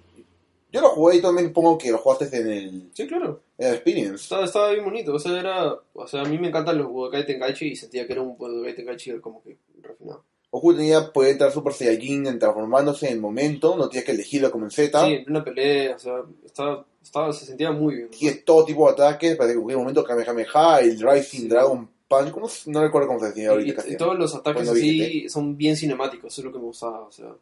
Speaker 3: Yo lo jugué y también supongo que lo jugaste en el...
Speaker 5: Sí, claro.
Speaker 3: En el Experience.
Speaker 5: Estaba, estaba bien bonito. O sea, era. O sea, a mí me encantan los Budokai Tenkaichi y sentía que era un Budokai Tenkaichi como que refinado.
Speaker 3: Goku tenía... Puede entrar Super Saiyajin en transformándose en el momento. No tienes que elegirlo como en Z.
Speaker 5: Sí, en plena pelea, o sea, estaba, estaba, se sentía muy bien.
Speaker 3: que es todo tipo de ataques, para que en cualquier momento Kamehameha, el Rising
Speaker 5: Sí.
Speaker 3: Dragon Punch, ¿cómo se- no recuerdo cómo se decía
Speaker 5: Y-
Speaker 3: ahorita.
Speaker 5: y,
Speaker 3: casi.
Speaker 5: todos los ataques
Speaker 3: Cuando
Speaker 5: así
Speaker 3: viste.
Speaker 5: son bien cinemáticos, eso es lo que me gustaba. O sea,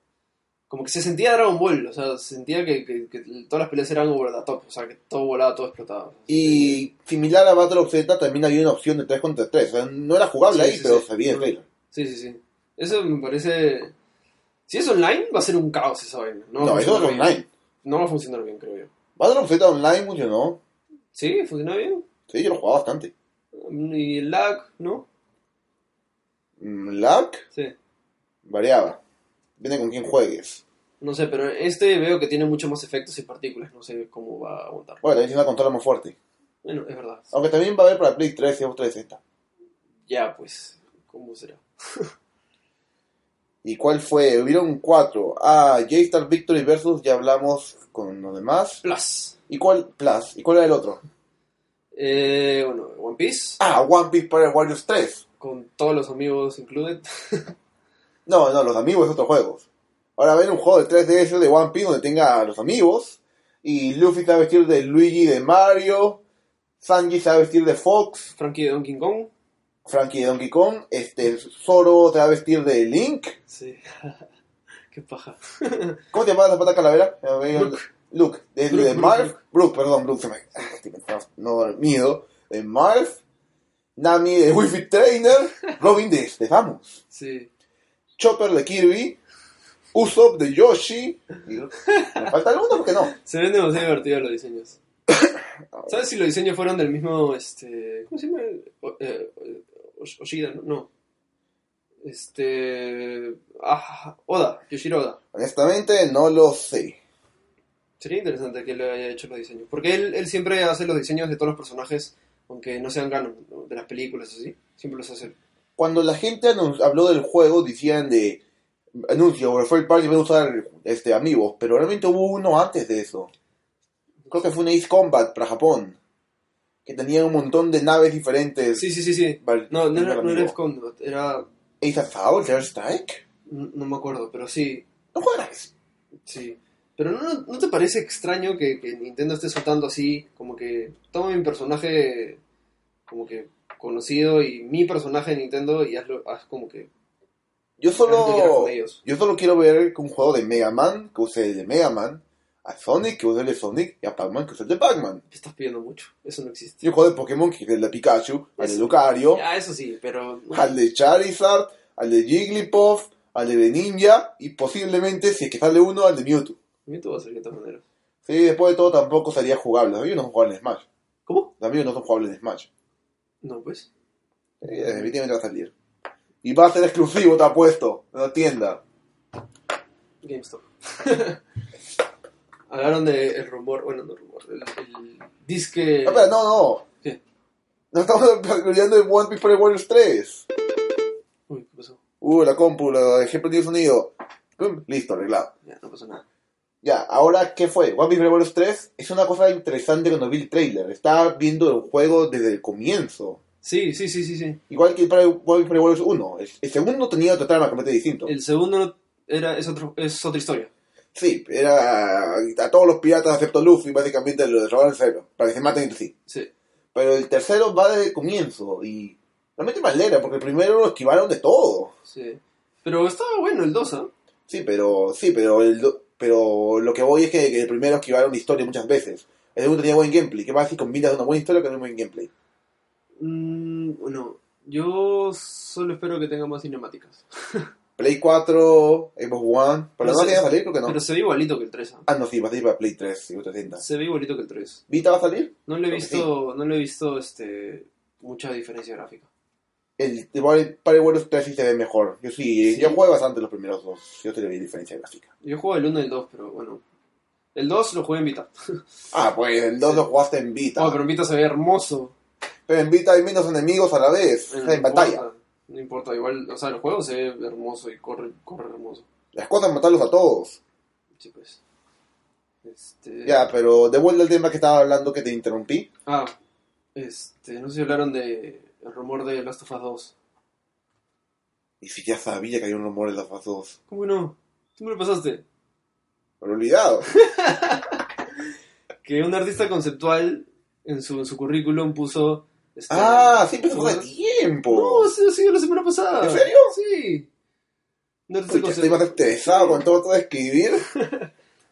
Speaker 5: como que se sentía Dragon Ball, o sea, se sentía que, que- que todas las peleas eran over the top, o sea, que todo volaba, todo explotaba.
Speaker 3: Y similar a Battle of Z, también había una opción de 3 contra 3, o sea, no era jugable
Speaker 5: Sí,
Speaker 3: ahí,
Speaker 5: sí,
Speaker 3: pero
Speaker 5: sí.
Speaker 3: sabía el regla.
Speaker 5: Sí, sí, sí. Eso me parece. Si es online, va a ser un caos esa vaina. No, va a
Speaker 3: No, eso es
Speaker 5: funcionar bien.
Speaker 3: online.
Speaker 5: No va a funcionar bien, creo yo.
Speaker 3: Battle of Z online funcionó,
Speaker 5: Sí, funciona bien.
Speaker 3: sí, yo lo jugaba bastante.
Speaker 5: Y el lag, ¿no?
Speaker 3: Mm, Lag
Speaker 5: Sí.
Speaker 3: variaba, depende con quién juegues.
Speaker 5: No sé, pero este veo que tiene mucho más efectos y partículas. No sé cómo va a aguantar.
Speaker 3: Bueno, también es una consola más fuerte,
Speaker 5: Bueno, es verdad.
Speaker 3: aunque también va a haber para Play 3 y Xbox 360.
Speaker 5: Ya, pues, ¿cómo será?
Speaker 3: ¿Y cuál fue? Hubieron 4. Ah, J-Star Victory versus, ya hablamos con los demás.
Speaker 5: Plus.
Speaker 3: ¿Y cuál? Plus. ¿Y cuál era el otro?
Speaker 5: Eh, bueno, One Piece,
Speaker 3: Ah, One Piece Power Warriors 3.
Speaker 5: con todos los amigos included.
Speaker 3: No, no, los amigos es otro juego. Ahora ven un juego de 3DS de One Piece donde tenga a los amigos. Y Luffy sabe vestir de Luigi de Mario. Sanji sabe vestir de Fox.
Speaker 5: Frankie de Donkey Kong.
Speaker 3: Frankie de Donkey Kong. Este, Zoro se va a vestir de Link.
Speaker 5: Sí. Qué paja.
Speaker 3: ¿Cómo te llama la pata calavera? Luke. Luke. De, de
Speaker 5: Brooke, Brooke,
Speaker 3: Marv. Brooke, perdón, Brooke. Se me... Ah, estoy pensando, no, miedo. De Marv. Nami de Wifi Trainer. Robin de, de Samus.
Speaker 5: Sí.
Speaker 3: Chopper de Kirby, Usopp de Yoshi. Me falta alguno porque no.
Speaker 5: Se ven demasiado divertidos los diseños. ¿Sabes si los diseños fueron del mismo, este... ¿Cómo se llama? O- eh, Osh- Oshida, ¿no? No. Este... Ah, Oda, Yoshiro Oda.
Speaker 3: Honestamente, no lo sé.
Speaker 5: Sería interesante que le haya hecho los diseños. Porque él, él siempre hace los diseños de todos los personajes, aunque no sean ganos ¿no? de las películas, así. Siempre los hace.
Speaker 3: Cuando la gente anun- habló del juego, decían de anuncio, o third party, van a usar este, amigos, pero realmente hubo uno antes de eso. Creo que fue un Ace Combat para Japón, que tenía un montón de naves diferentes.
Speaker 5: Sí, sí, sí, sí.
Speaker 3: Val-
Speaker 5: No, no era, no era
Speaker 3: amigo.
Speaker 5: F-Combat, era...
Speaker 3: Ace Assault, Air Strike.
Speaker 5: No, no me acuerdo, pero sí,
Speaker 3: No juegas.
Speaker 5: sí. Pero ¿no, no te parece extraño que, que Nintendo esté soltando así, como que toma mi personaje como que conocido y mi personaje de Nintendo y hazlo, haz como que...
Speaker 3: Yo
Speaker 5: haz lo que quieras
Speaker 3: solo.
Speaker 5: con ellos.
Speaker 3: Yo solo quiero ver que un juego de Mega Man que use el de Mega Man, a Sonic que use el de Sonic y a Pac-Man que use el de Pac-man.
Speaker 5: Te estás pidiendo mucho, eso no existe.
Speaker 3: Y un juego de Pokémon que use el de Pikachu, al de
Speaker 5: Eso.
Speaker 3: Lucario,
Speaker 5: Ah, eso sí, pero...
Speaker 3: al de Charizard, al de Jigglypuff, al de Ninja y posiblemente, si es que sale uno, al de Mewtwo.
Speaker 5: Mewtwo va a ser de todas maneras.
Speaker 3: Sí, después de todo tampoco sería jugable. Los amigos no son jugables en Smash.
Speaker 5: ¿Cómo?
Speaker 3: Los amigos no son jugables en Smash.
Speaker 5: No, pues.
Speaker 3: Sí, definitivamente va a salir. Y va a ser exclusivo, te apuesto, en la tienda.
Speaker 5: GameStop. Hablaron del rumor, bueno, no rumor, el, el disque...
Speaker 3: No, espera, Ah, no, no.
Speaker 5: ¿Qué?
Speaker 3: No estamos olvidando de One Piece Forever Warriors 3.
Speaker 5: Uy, ¿qué pasó?
Speaker 3: Uh, la compu, la dejé prendido el sonido. Pum, Listo, arreglado.
Speaker 5: Ya, no pasó nada.
Speaker 3: Ya, ahora, ¿qué fue? One Piece Brave Warriors 3 es una cosa interesante cuando vi el trailer. Estaba viendo el juego desde el comienzo.
Speaker 5: Sí, sí, sí, sí, sí.
Speaker 3: Igual que para One Piece Brave Warriors 1. El, el segundo tenía otra trama completamente distinta.
Speaker 5: El segundo era, es, otro, es otra historia.
Speaker 3: Sí, era a todos los piratas excepto Luffy, básicamente lo robaron cero, para que se maten entre sí.
Speaker 5: Sí.
Speaker 3: Pero el tercero va desde el comienzo y realmente me alegra porque el primero lo esquivaron de todo.
Speaker 5: Sí. Pero estaba bueno el 2, ¿ah?
Speaker 3: Sí, pero sí, pero el do- pero lo que voy es que, que el primero esquivaron la historia muchas veces. El segundo tenía buen gameplay. ¿Qué pasa si combinas una buena historia con un buen gameplay?
Speaker 5: Mm, bueno, yo solo espero que tenga más cinemáticas.
Speaker 3: Play 4, Xbox One, pero
Speaker 5: Pero
Speaker 3: no
Speaker 5: se-
Speaker 3: tiene que salir, creo que no.
Speaker 5: Pero se ve igualito que el 3, ¿ah?
Speaker 3: Ah, no, sí, va a salir para Play 3, si usted sienta.
Speaker 5: Se ve igualito que el 3.
Speaker 3: ¿Vita va a salir?
Speaker 5: No le he
Speaker 3: Creo que
Speaker 5: visto, no le he visto este, mucha diferencia gráfica.
Speaker 3: El Party Warriors 3 sí se ve mejor. Yo sí,
Speaker 5: Sí.
Speaker 3: yo jugué bastante los primeros dos. Yo te le vi diferencia gráfica.
Speaker 5: Yo juego el 1 y el 2, pero bueno. El 2 lo jugué en Vita.
Speaker 3: Ah, pues el 2
Speaker 5: Sí.
Speaker 3: lo jugaste en Vita.
Speaker 5: Oh, pero en Vita se ve hermoso.
Speaker 3: Pero en Vita hay menos enemigos a la vez, o sea, en
Speaker 5: No
Speaker 3: batalla.
Speaker 5: importa, No importa, igual, o sea, el juego se ve hermoso y corre, corre hermoso.
Speaker 3: Las cosas matarlos a todos.
Speaker 5: Sí, pues. Este...
Speaker 3: Ya, pero de vuelta al tema que estaba hablando que te interrumpí.
Speaker 5: Ah, este, no sé si hablaron de el rumor de Last of Us 2.
Speaker 3: Y si ya sabía que había un rumor en las fase 2.
Speaker 5: ¿Cómo que no? ¿Tú me lo pasaste?
Speaker 3: Me lo he olvidado.
Speaker 5: Que un artista conceptual en su, en su currículum puso... este,
Speaker 3: ah, sí, empezó hace
Speaker 5: cosas-
Speaker 3: tiempo.
Speaker 5: No, sí, sí, la semana pasada.
Speaker 3: ¿En serio?
Speaker 5: Sí. Un artista,
Speaker 3: Pucha, estoy más
Speaker 5: conceptual,
Speaker 3: estresado con todo esto de escribir.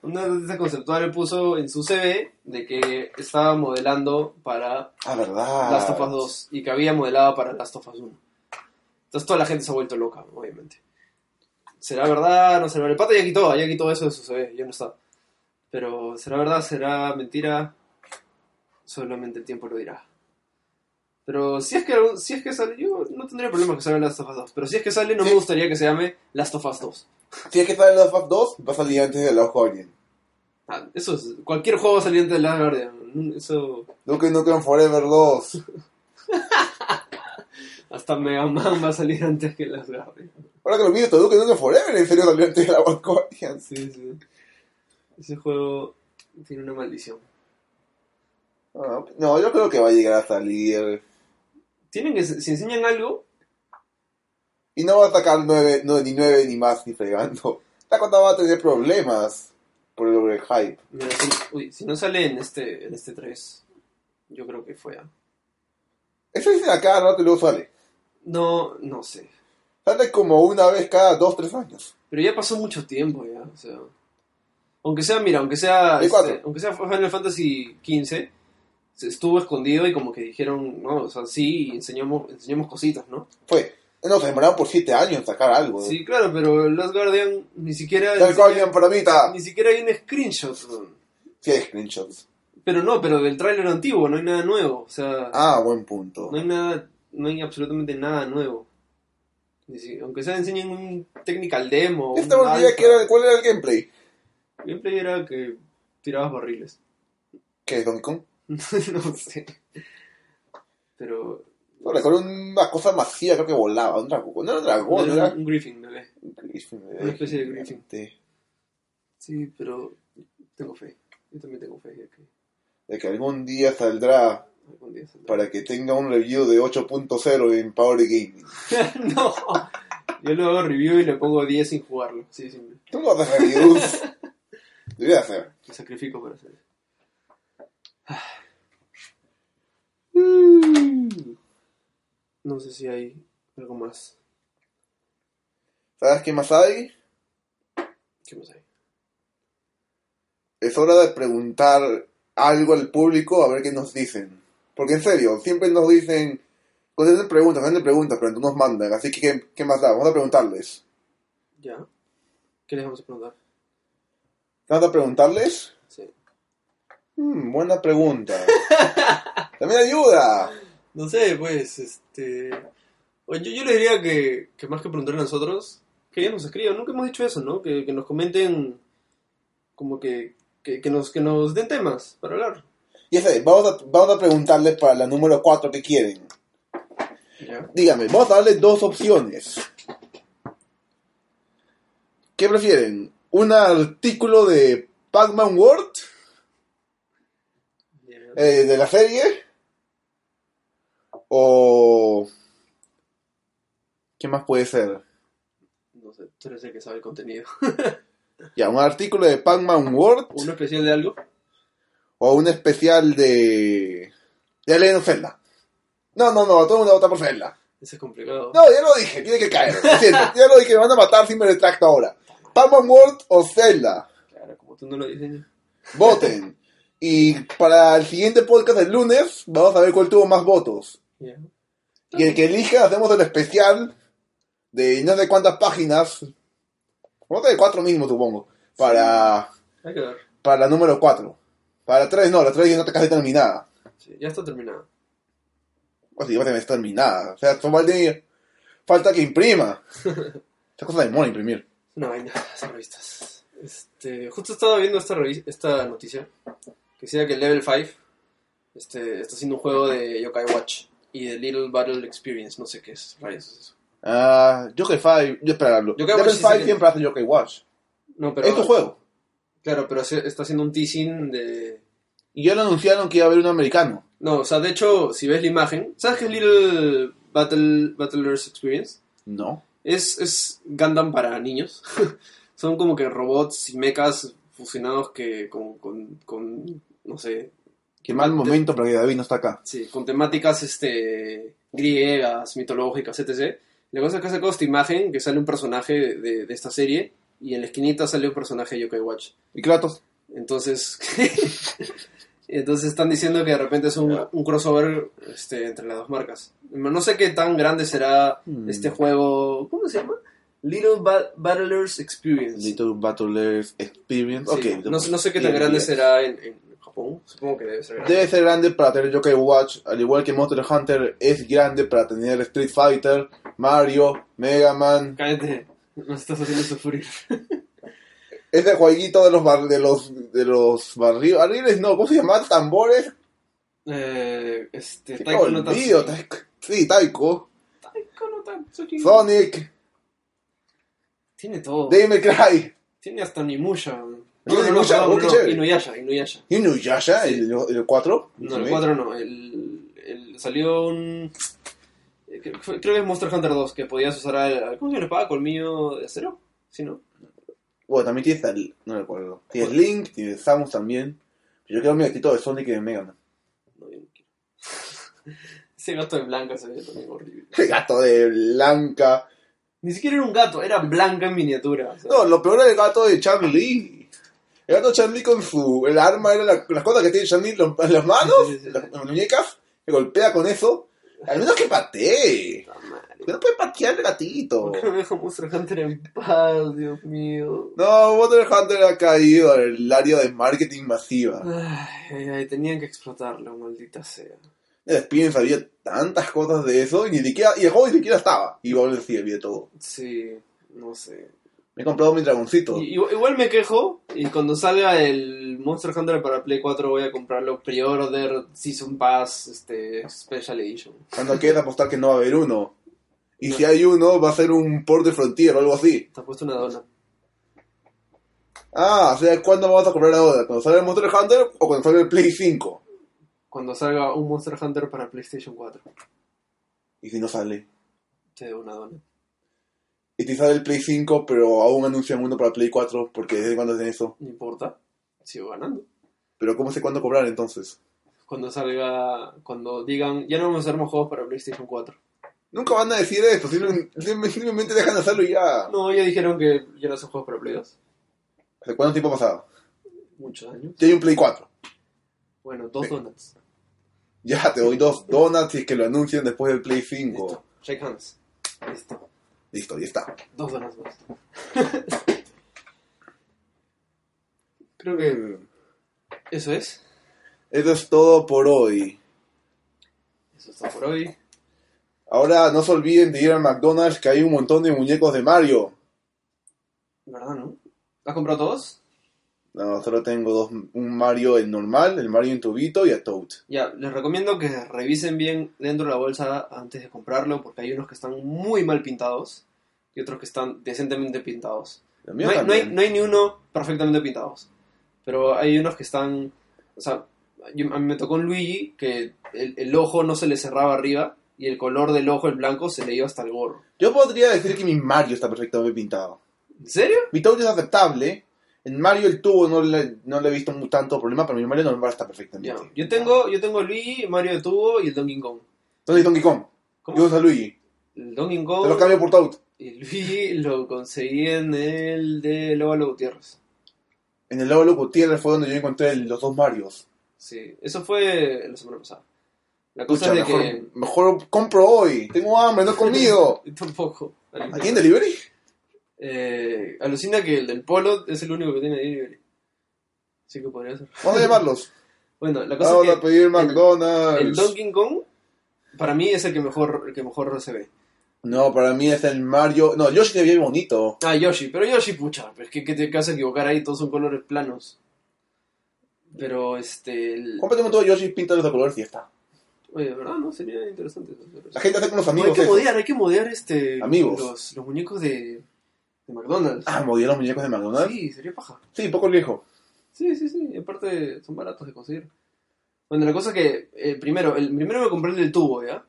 Speaker 5: un artista conceptual puso en su CV de que estaba modelando para
Speaker 3: Ah, verdad.
Speaker 5: Last of Us 2 y que había modelado para Last of Us 1. Entonces toda la gente se ha vuelto loca, obviamente. ¿Será verdad? ¿No será verdad? El pata ya quitó, ya quitó eso de su CV, ya no está. Pero ¿será verdad? ¿Será mentira? Solamente el tiempo lo dirá. Pero si es que algún- si es que sale, yo no tendría problema que salga Last of Us 2. Pero si es que sale, no
Speaker 3: Sí.
Speaker 5: me gustaría que se llame Last of Us 2.
Speaker 3: Si es que sale Last of Us 2, va a salir antes de Last Guardian.
Speaker 5: Ah, eso es, cualquier juego saliente de Last Guardian. Eso,
Speaker 3: Duke Nukem Forever 2.
Speaker 5: hasta Mega Man va a salir antes que Last Guardian.
Speaker 3: Ahora que lo miro, todo Duke Nukem Forever en serio salió antes de la Last Guardian.
Speaker 5: Sí, sí. Ese juego tiene una maldición.
Speaker 3: Ah, no, yo creo que va a llegar a salir.
Speaker 5: Tienen que, si enseñan algo,
Speaker 3: Y no va a sacar nueve, no, ni 9 ni más ni fregando. La cuenta va a tener problemas por el overhype.
Speaker 5: mira, si, uy, si no sale en este, en este 3, yo creo que fue a...
Speaker 3: Eso dicen acá, cada rato y luego sale.
Speaker 5: No, no sé.
Speaker 3: Sale como una vez cada 2-3 años.
Speaker 5: Pero ya pasó mucho tiempo ya, o sea... Aunque sea, mira, aunque sea...
Speaker 3: Hay
Speaker 5: este,
Speaker 3: cuatro.
Speaker 5: aunque sea Final Fantasy XV, se estuvo escondido y como que dijeron, no, o sea, sí, enseñamos, enseñamos cositas, ¿no?
Speaker 3: Fue. No, se demoraron por 7 años en sacar algo.
Speaker 5: Sí, claro, pero Last Guardian ni siquiera...
Speaker 3: Tal
Speaker 5: ni
Speaker 3: Guardian
Speaker 5: siquiera,
Speaker 3: para Vita.
Speaker 5: ni siquiera hay un screenshot, weón.
Speaker 3: Sí, hay screenshots.
Speaker 5: Pero no, pero del tráiler antiguo, no hay nada nuevo. O sea,
Speaker 3: Ah, buen punto.
Speaker 5: no hay nada, no hay absolutamente nada nuevo. Ni si- Aunque sea enseñen un technical demo. un
Speaker 3: Esta idea
Speaker 5: alpha.
Speaker 3: que era, ¿cuál era el gameplay?
Speaker 5: El gameplay era que tirabas barriles.
Speaker 3: ¿Qué es Donkey Kong?
Speaker 5: no sé. Pero.
Speaker 3: No, recuerdo una cosa masiva, creo que volaba, un dragón. No era un dragón,
Speaker 5: era
Speaker 3: era eh,
Speaker 5: un, un griffin, bebé.
Speaker 3: una
Speaker 5: especie de griffin. Sí, pero tengo fe. Yo también tengo fe de que
Speaker 3: De que algún día saldrá
Speaker 5: algún día saldrá.
Speaker 3: para que tenga un review de 8.0 en Power Gaming.
Speaker 5: no. Yo lo hago review y le pongo 10 sin jugarlo. Sí, simple.
Speaker 3: Tú no haces reviews. Debería hacer.
Speaker 5: Me sacrifico para hacer eso. Ah. No sé si hay algo más.
Speaker 3: ¿Sabes qué más hay?
Speaker 5: ¿Qué más hay?
Speaker 3: Es hora de preguntar algo al público a ver qué nos dicen. Porque en serio, siempre nos dicen, contesten preguntas, manden preguntas, pero no nos mandan. Así que, ¿qué, qué más da? Vamos a preguntarles.
Speaker 5: ¿Ya? ¿Qué les vamos a preguntar?
Speaker 3: ¿Vamos a preguntarles?
Speaker 5: Sí.
Speaker 3: Hmm, buena pregunta. También ayuda.
Speaker 5: No sé, pues, este... o Yo, yo les diría que, que más que preguntar a nosotros, que ellos nos escriban. Nunca hemos dicho eso, ¿no? Que, que nos comenten como que, que, que nos, que nos den temas para hablar.
Speaker 3: Ya sé, vamos a, vamos a preguntarles para la número 4 que quieren.
Speaker 5: ¿Ya?
Speaker 3: Dígame, vamos a darle dos opciones. ¿Qué prefieren? ¿Un artículo de Pac-Man World
Speaker 5: Ya.
Speaker 3: eh, de la serie. O. ¿Qué más puede ser?
Speaker 5: No sé, tú eres el que sabe el contenido.
Speaker 3: Ya, un artículo de Pac-Man World.
Speaker 5: ¿Uno especial de algo?
Speaker 3: O un especial de. De Legend of Zelda. No, no, no, todo el mundo vota por Zelda.
Speaker 5: Ese es complicado.
Speaker 3: No, ya lo dije, tiene que caer. Lo siento, ya lo dije, me van a matar si me retracto ahora. Pac-Man World o Zelda.
Speaker 5: Claro, como tú no lo diseñas.
Speaker 3: Voten. Y para el siguiente podcast del lunes, vamos a ver cuál tuvo más votos.
Speaker 5: Ya.
Speaker 3: Y el que elija, hacemos el especial de no sé cuántas páginas. No sé, cuatro mismo, supongo. Para,
Speaker 5: Hay que ver.
Speaker 3: para la número cuatro. Para tres, no, la tres ya no está casi terminada.
Speaker 5: Sí, ya está terminado.
Speaker 3: O sea, ya está terminada. O sea, falta- falta que imprima. Esa cosa de mono imprimir.
Speaker 5: Es una vaina, esas revistas. Este, justo estaba viendo esta, revi- esta noticia que decía que Level 5 este, está haciendo un juego de Yokai Watch y de Little Battle Experience. No sé qué es, rayos es eso.
Speaker 3: Ah, Joker 5, yo esperarlo.
Speaker 5: Yokai
Speaker 3: Level
Speaker 5: Watch sí
Speaker 3: 5
Speaker 5: sería.
Speaker 3: siempre hace Joker Watch.
Speaker 5: No, pero.
Speaker 3: Es tu juego.
Speaker 5: Claro, pero se- está haciendo un teasing de.
Speaker 3: Y ya lo anunciaron que iba a haber un americano.
Speaker 5: No, o sea, de hecho, si ves la imagen, ¿sabes qué es Little Battle Battlers Experience?
Speaker 3: No.
Speaker 5: Es, es Gundam para niños. Son como que robots y mechas fusionados que con, con, con no sé,
Speaker 3: Qué mal
Speaker 5: Te-
Speaker 3: momento para que David no está acá.
Speaker 5: sí, con temáticas este, griegas, mitológicas, etc. La cosa es que ha sacado esta imagen que sale un personaje de, de esta serie y en la esquinita sale un personaje de Yokai Watch.
Speaker 3: ¿Y Kratos?
Speaker 5: Entonces, entonces están diciendo que de repente es un, un crossover este, entre las dos marcas. No sé qué tan grande será
Speaker 3: Hmm.
Speaker 5: este juego. ¿Cómo se llama? Little Ba- Battlers Experience.
Speaker 3: Little Battlers Experience.
Speaker 5: Sí,
Speaker 3: Ok.
Speaker 5: no, sé- no sé qué tan
Speaker 3: Bien,
Speaker 5: grande
Speaker 3: bien.
Speaker 5: será en, en Japón. Supongo que debe ser grande.
Speaker 3: Debe ser grande para tener Joker Watch, al igual que Monster Hunter es grande para tener Street Fighter, Mario, Mega Man.
Speaker 5: Cállate, nos estás haciendo sufrir.
Speaker 3: Ese jueguito de los bar- de los de los barri- barriles, no, ¿cómo se llama? Tambores.
Speaker 5: Eh, este,
Speaker 3: Sí,
Speaker 5: Taiko no Tatsu.
Speaker 3: olvido, Taiko. Sí, Taiko.
Speaker 5: Taiko no Tatsuki.
Speaker 3: Sonic,
Speaker 5: Tiene todo.
Speaker 3: Devil May Cry.
Speaker 5: Tiene hasta Nimusha. No,
Speaker 3: Tiene
Speaker 5: no, no,
Speaker 3: Nimusha,
Speaker 5: perdón,
Speaker 3: oh, qué
Speaker 5: no,
Speaker 3: chévere.
Speaker 5: Inuyasha, Inuyasha.
Speaker 3: Inuyasha, el, el 4.
Speaker 5: No, el 4 no. El, el- salió un. eh, Creo creo que es Monster Hunter 2, que podías usar al. al- ¿Cómo se llama? ¿Paga colmillo de acero? ¿Sí, no?
Speaker 3: Bueno, también tienes al... No recuerdo. Tienes Link, tienes Samus también. Pero yo creo mi gatito de Sonic y de Mega Man.
Speaker 5: No, yo no quiero. Ese gato de blanca se veía también horrible.
Speaker 3: El gato de Blanca.
Speaker 5: Ni siquiera era un gato, era blanca en miniatura. o sea,
Speaker 3: No, lo peor era el gato de Chun-Li. El gato de Chun-Li con su... El arma era la- las cosas que tiene Chun-Li lo- en las manos,
Speaker 5: Sí, sí, sí, sí.
Speaker 3: las, las muñecas. Que golpea con eso. Al menos que patee.
Speaker 5: puta madre.
Speaker 3: Que no puede patear el gatito.
Speaker 5: ¿Por qué no deja Monster Hunter en paz, Dios mío?
Speaker 3: No, Water Hunter ha caído al área de marketing masiva.
Speaker 5: Ay, ay, ay, tenían que explotarlo, maldita sea.
Speaker 3: Despiden sabía tantas cosas de eso y ni siquiera, y el juego ni siquiera estaba. Y Goblin sí había todo.
Speaker 5: Sí, no sé.
Speaker 3: Me he comprado mi dragoncito.
Speaker 5: Y- Igual, igual me quejo y cuando salga el Monster Hunter para Play 4 voy a comprarlo pre-order, Season Pass, este, Special Edition.
Speaker 3: Cuando quieras apostar que no va a haber uno. Y
Speaker 5: No.
Speaker 3: si hay uno, va a ser un port de Frontier o algo así.
Speaker 5: Te has puesto una dona.
Speaker 3: Ah, o sea, ¿cuándo vamos a comprar ahora? ¿Cuando salga el Monster Hunter o cuando salga el Play 5?
Speaker 5: Cuando salga un Monster Hunter para PlayStation 4,
Speaker 3: Y si no sale.
Speaker 5: te debo una dona.
Speaker 3: Y si sale el Play 5, pero aún anuncian uno para Play 4, porque desde cuándo hacen eso.
Speaker 5: No importa, sigo ganando.
Speaker 3: Pero ¿cómo sé cuándo cobrar entonces?
Speaker 5: Cuando salga, cuando digan, ya no vamos a hacer más juegos para PlayStation 4.
Speaker 3: Nunca van a decir esto, simple- simple- simplemente dejan de hacerlo y ya.
Speaker 5: No, ya dijeron que ya no hacen juegos para Play 2.
Speaker 3: ¿Hace cuánto tiempo ha pasado?
Speaker 5: Muchos años.
Speaker 3: Ya hay un Play 4.
Speaker 5: Bueno, dos donuts.
Speaker 3: Ya, te doy dos donuts si es que lo anuncian después del Play
Speaker 5: Listo.
Speaker 3: 5.
Speaker 5: Shake hands. Listo.
Speaker 3: Listo, ya está.
Speaker 5: Dos donuts más. Creo que eso es.
Speaker 3: Eso es todo por hoy.
Speaker 5: Eso está por hoy.
Speaker 3: Ahora no se olviden de ir al McDonald's que hay un montón de muñecos de Mario.
Speaker 5: ¿Verdad, no? ¿Has comprado todos?
Speaker 3: No, solo tengo dos, un Mario el normal, el Mario en tubito y a Toad.
Speaker 5: Ya, les recomiendo que revisen bien dentro de la bolsa antes de comprarlo porque hay unos que están muy mal pintados y otros que están decentemente pintados.
Speaker 3: El mío
Speaker 5: No hay, no, hay,
Speaker 3: también.
Speaker 5: no hay ni uno perfectamente pintados. Pero hay unos que están. O sea, yo- a mí me tocó un Luigi que el, el ojo no se le cerraba arriba y el color del ojo, el blanco, se le iba hasta el gorro.
Speaker 3: Yo podría decir que mi Mario está perfectamente pintado.
Speaker 5: ¿En serio?
Speaker 3: Mi Toad es aceptable. En Mario el tubo no le, no le he visto mu- tanto problema, pero mi Mario normal está
Speaker 5: Ya.
Speaker 3: perfectamente.
Speaker 5: Yo tengo yo tengo Luigi, Mario de Tubo y el Donkey Kong.
Speaker 3: Entonces Donkey Kong.
Speaker 5: ¿Cómo?
Speaker 3: Yo uso a Luigi.
Speaker 5: El Donkey
Speaker 3: Te lo
Speaker 5: Kong
Speaker 3: cambio por Toad.
Speaker 5: y Luigi lo conseguí en el de Lóvalo Gutiérrez.
Speaker 3: En el Lolo Gutiérrez fue donde yo encontré el- los dos Marios.
Speaker 5: Sí, eso fue la semana pasada. La cosa
Speaker 3: Escucha,
Speaker 5: es de
Speaker 3: mejor,
Speaker 5: que...
Speaker 3: mejor compro hoy. Tengo hambre, no he comido.
Speaker 5: Yo Tampoco.
Speaker 3: ¿Aquí en Delivery?
Speaker 5: Eh, alucina que el del polo es el único que tiene delivery. Así que podría ser.
Speaker 3: Vamos a llamarlos.
Speaker 5: Bueno, la cosa
Speaker 3: Vamos
Speaker 5: es
Speaker 3: a
Speaker 5: que
Speaker 3: pedir
Speaker 5: el
Speaker 3: McDonald's.
Speaker 5: Donkey Kong para mí es el que mejor el que mejor se ve.
Speaker 3: No, para mí es el Mario. No, Yoshi se ve bien bonito.
Speaker 5: Ah, Yoshi, pero Yoshi pucha, pero es que, que te vas a equivocar ahí, todos son colores planos. Pero este el...
Speaker 3: Cómprate un montón de Yoshi pintados de colores y ya está.
Speaker 5: Oye, de verdad no sería interesante. eso, pero-
Speaker 3: La gente hace con los
Speaker 5: No,
Speaker 3: amigos.
Speaker 5: hay que
Speaker 3: eso.
Speaker 5: modear, hay que modear este
Speaker 3: Amigos.
Speaker 5: los, los muñecos de, de McDonald's.
Speaker 3: Ah, modelar los muñecos de McDonald's.
Speaker 5: sí, sería paja.
Speaker 3: Sí, poco viejo.
Speaker 5: Sí, sí, sí. Y aparte son baratos de conseguir. Bueno, la cosa que eh, primero, el primero me compré el del tubo, ¿ya?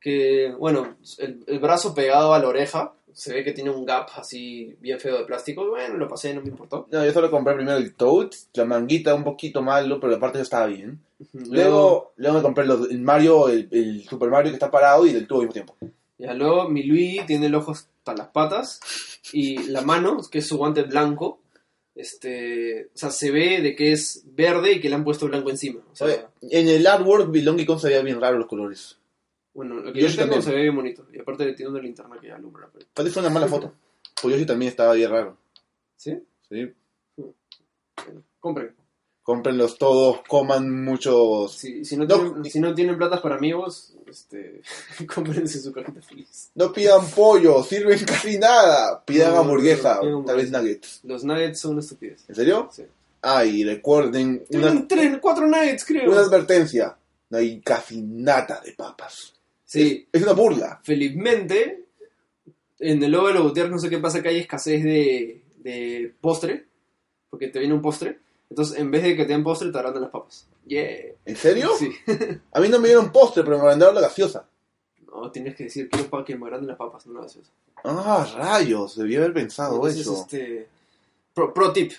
Speaker 5: Que, bueno, el, el brazo pegado a la oreja, se ve que tiene un gap así bien feo de plástico. Bueno, lo pasé, no me importó.
Speaker 3: No, yo solo compré primero el Toad, la manguita un poquito malo, pero la parte ya estaba bien.
Speaker 5: Luego,
Speaker 3: Luego, luego me compré los- el Mario, el, el Super Mario que está parado y del tubo al mismo tiempo.
Speaker 5: ya luego mi Luigi tiene el ojo hasta las patas y la mano, que es su guante blanco, este, o sea, se ve de que es verde y que le han puesto blanco encima. O sea,
Speaker 3: Oye, en el artwork, el Donkey Kong se veía bien raro los colores.
Speaker 5: bueno, lo que
Speaker 3: Yoshi
Speaker 5: yo tengo
Speaker 3: también.
Speaker 5: se ve bien bonito. Y aparte tiene una linterna que alumbra. pero-
Speaker 3: Parece una mala foto. Pues Yoshi también estaba bien raro.
Speaker 5: ¿Sí?
Speaker 3: ¿sí?
Speaker 5: Bueno, compren.
Speaker 3: Comprenlos todos, coman muchos.
Speaker 5: Si, si, no,
Speaker 3: No,
Speaker 5: tienen,
Speaker 3: ni-
Speaker 5: si no tienen platas para amigos, este, cómprense su cajita feliz.
Speaker 3: No pidan pollo, sirven casi nada. Pidan
Speaker 5: No, no, no,
Speaker 3: hamburguesa,
Speaker 5: pidan
Speaker 3: tal vez nuggets.
Speaker 5: Los nuggets son una estupidez.
Speaker 3: ¿En serio?
Speaker 5: Sí.
Speaker 3: Ah, y recuerden una,
Speaker 5: Tienen tres, cuatro nuggets, creo.
Speaker 3: una advertencia. No hay casi nada de papas.
Speaker 5: Sí,
Speaker 3: Es una burla.
Speaker 5: felizmente, en el óvalo Gutiérrez no sé qué pasa que hay escasez de, de postre, porque te viene un postre. Entonces, en vez de que te den postre, te agrandan las papas. Yeah.
Speaker 3: ¿En serio?
Speaker 5: Sí.
Speaker 3: A mí no me dieron postre, pero me mandaron la gaseosa.
Speaker 5: No, tienes que decir, quiero pa- que me agranden las papas, no las gaseosa.
Speaker 3: Ah, rayos, debí haber pensado
Speaker 5: Entonces,
Speaker 3: Ah, eso.
Speaker 5: este, pro- pro tip,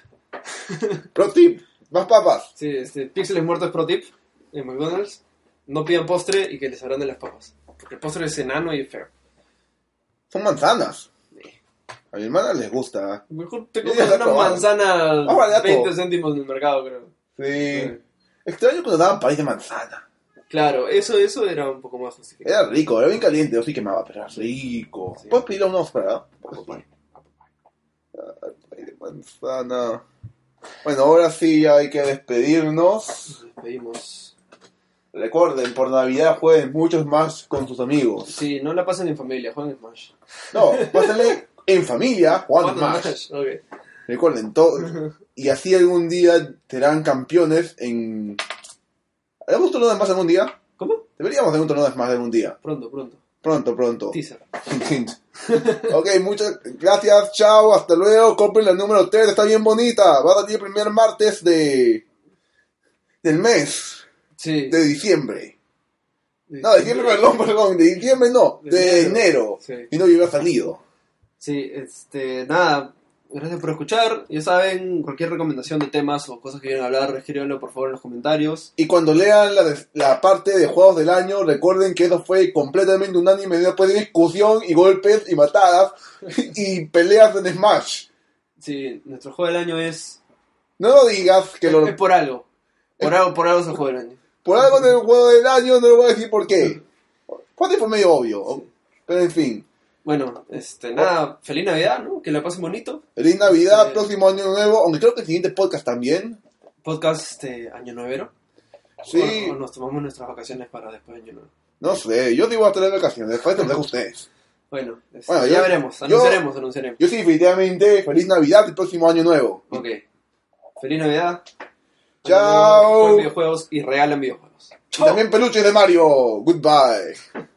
Speaker 3: Pro tip, más papas.
Speaker 5: Sí, este, Píxeles Muertos Pro Tip en McDonald's. No pidan postre y que les de las papas. Porque el postre es enano y es feo.
Speaker 3: Son manzanas. A mi hermana les gusta. ¿eh?
Speaker 5: Mejor te
Speaker 3: Ya
Speaker 5: compras
Speaker 3: la
Speaker 5: una
Speaker 3: probaron.
Speaker 5: manzana
Speaker 3: Más barato.
Speaker 5: 20 céntimos en el mercado, creo.
Speaker 3: Sí.
Speaker 5: Sí.
Speaker 3: Extraño cuando daban país de manzana.
Speaker 5: Claro, eso, eso era un poco más justificado.
Speaker 3: Era rico, era bien caliente, yo sí quemaba, pero era rico.
Speaker 5: Sí.
Speaker 3: ¿Puedes pedir a unos para?
Speaker 5: Apple
Speaker 3: Pay de manzana. Bueno, ahora sí ya hay que despedirnos.
Speaker 5: Nos despedimos.
Speaker 3: Recuerden, por Navidad jueguen muchos más con sus amigos.
Speaker 5: Sí, no la pasen en familia, jueguen Smash.
Speaker 3: No, pásenle en familia jugando
Speaker 5: Jueguen
Speaker 3: más.
Speaker 5: ok.
Speaker 3: Recuerden, todo. Y así algún día serán campeones en. ¿Haremos un torneo de más algún día?
Speaker 5: ¿Cómo?
Speaker 3: Deberíamos hacer un torneo de más algún día.
Speaker 5: Pronto, pronto.
Speaker 3: Pronto, pronto.
Speaker 5: Teaser.
Speaker 3: Hint, hint. ok, muchas gracias. Chao, hasta luego. Compren la número 3, está bien bonita. Va a salir el primer martes de. del mes,
Speaker 5: Sí.
Speaker 3: de diciembre.
Speaker 5: Sí.
Speaker 3: No, de diciembre, perdón, perdón. De diciembre no,
Speaker 5: De
Speaker 3: de
Speaker 5: enero.
Speaker 3: enero.
Speaker 5: Sí.
Speaker 3: Y no hubiera salido.
Speaker 5: Sí, este, nada, gracias por escuchar. Ya saben, cualquier recomendación de temas o cosas que quieran hablar, escríbanlo por favor en los comentarios.
Speaker 3: Y cuando lean la, la parte de juegos del año, recuerden que eso fue completamente unánime después de discusión y golpes y matadas y peleas en Smash.
Speaker 5: Sí, nuestro juego del año es.
Speaker 3: No lo digas que lo...
Speaker 5: Es por algo. Por algo, por algo es el juego del año.
Speaker 3: Por algo del juego del año no lo voy a decir por qué. Fue fue medio obvio. ¿o? Pero en fin.
Speaker 5: Bueno,
Speaker 3: Oh.
Speaker 5: este, nada, feliz Navidad, ¿no? Que la pasen bonito.
Speaker 3: Feliz Navidad,
Speaker 5: Sí.
Speaker 3: próximo año nuevo, aunque creo que el siguiente podcast también.
Speaker 5: Podcast este, Año Nuevero.
Speaker 3: Sí,
Speaker 5: O, o nos tomamos nuestras vacaciones para después de Año Nuevo.
Speaker 3: no sé, yo digo hasta las vacaciones, después te lo dejo a ustedes.
Speaker 5: Bueno, este,
Speaker 3: Bueno,
Speaker 5: ya,
Speaker 3: yo-
Speaker 5: veremos,
Speaker 3: yo-
Speaker 5: anunciaremos, anunciaremos.
Speaker 3: Yo sí, definitivamente, feliz Navidad y próximo año nuevo.
Speaker 5: Ok. Feliz Navidad.
Speaker 3: Chao.
Speaker 5: Jueguen videojuegos y regalan videojuegos.
Speaker 3: Y también peluches de Mario. Goodbye.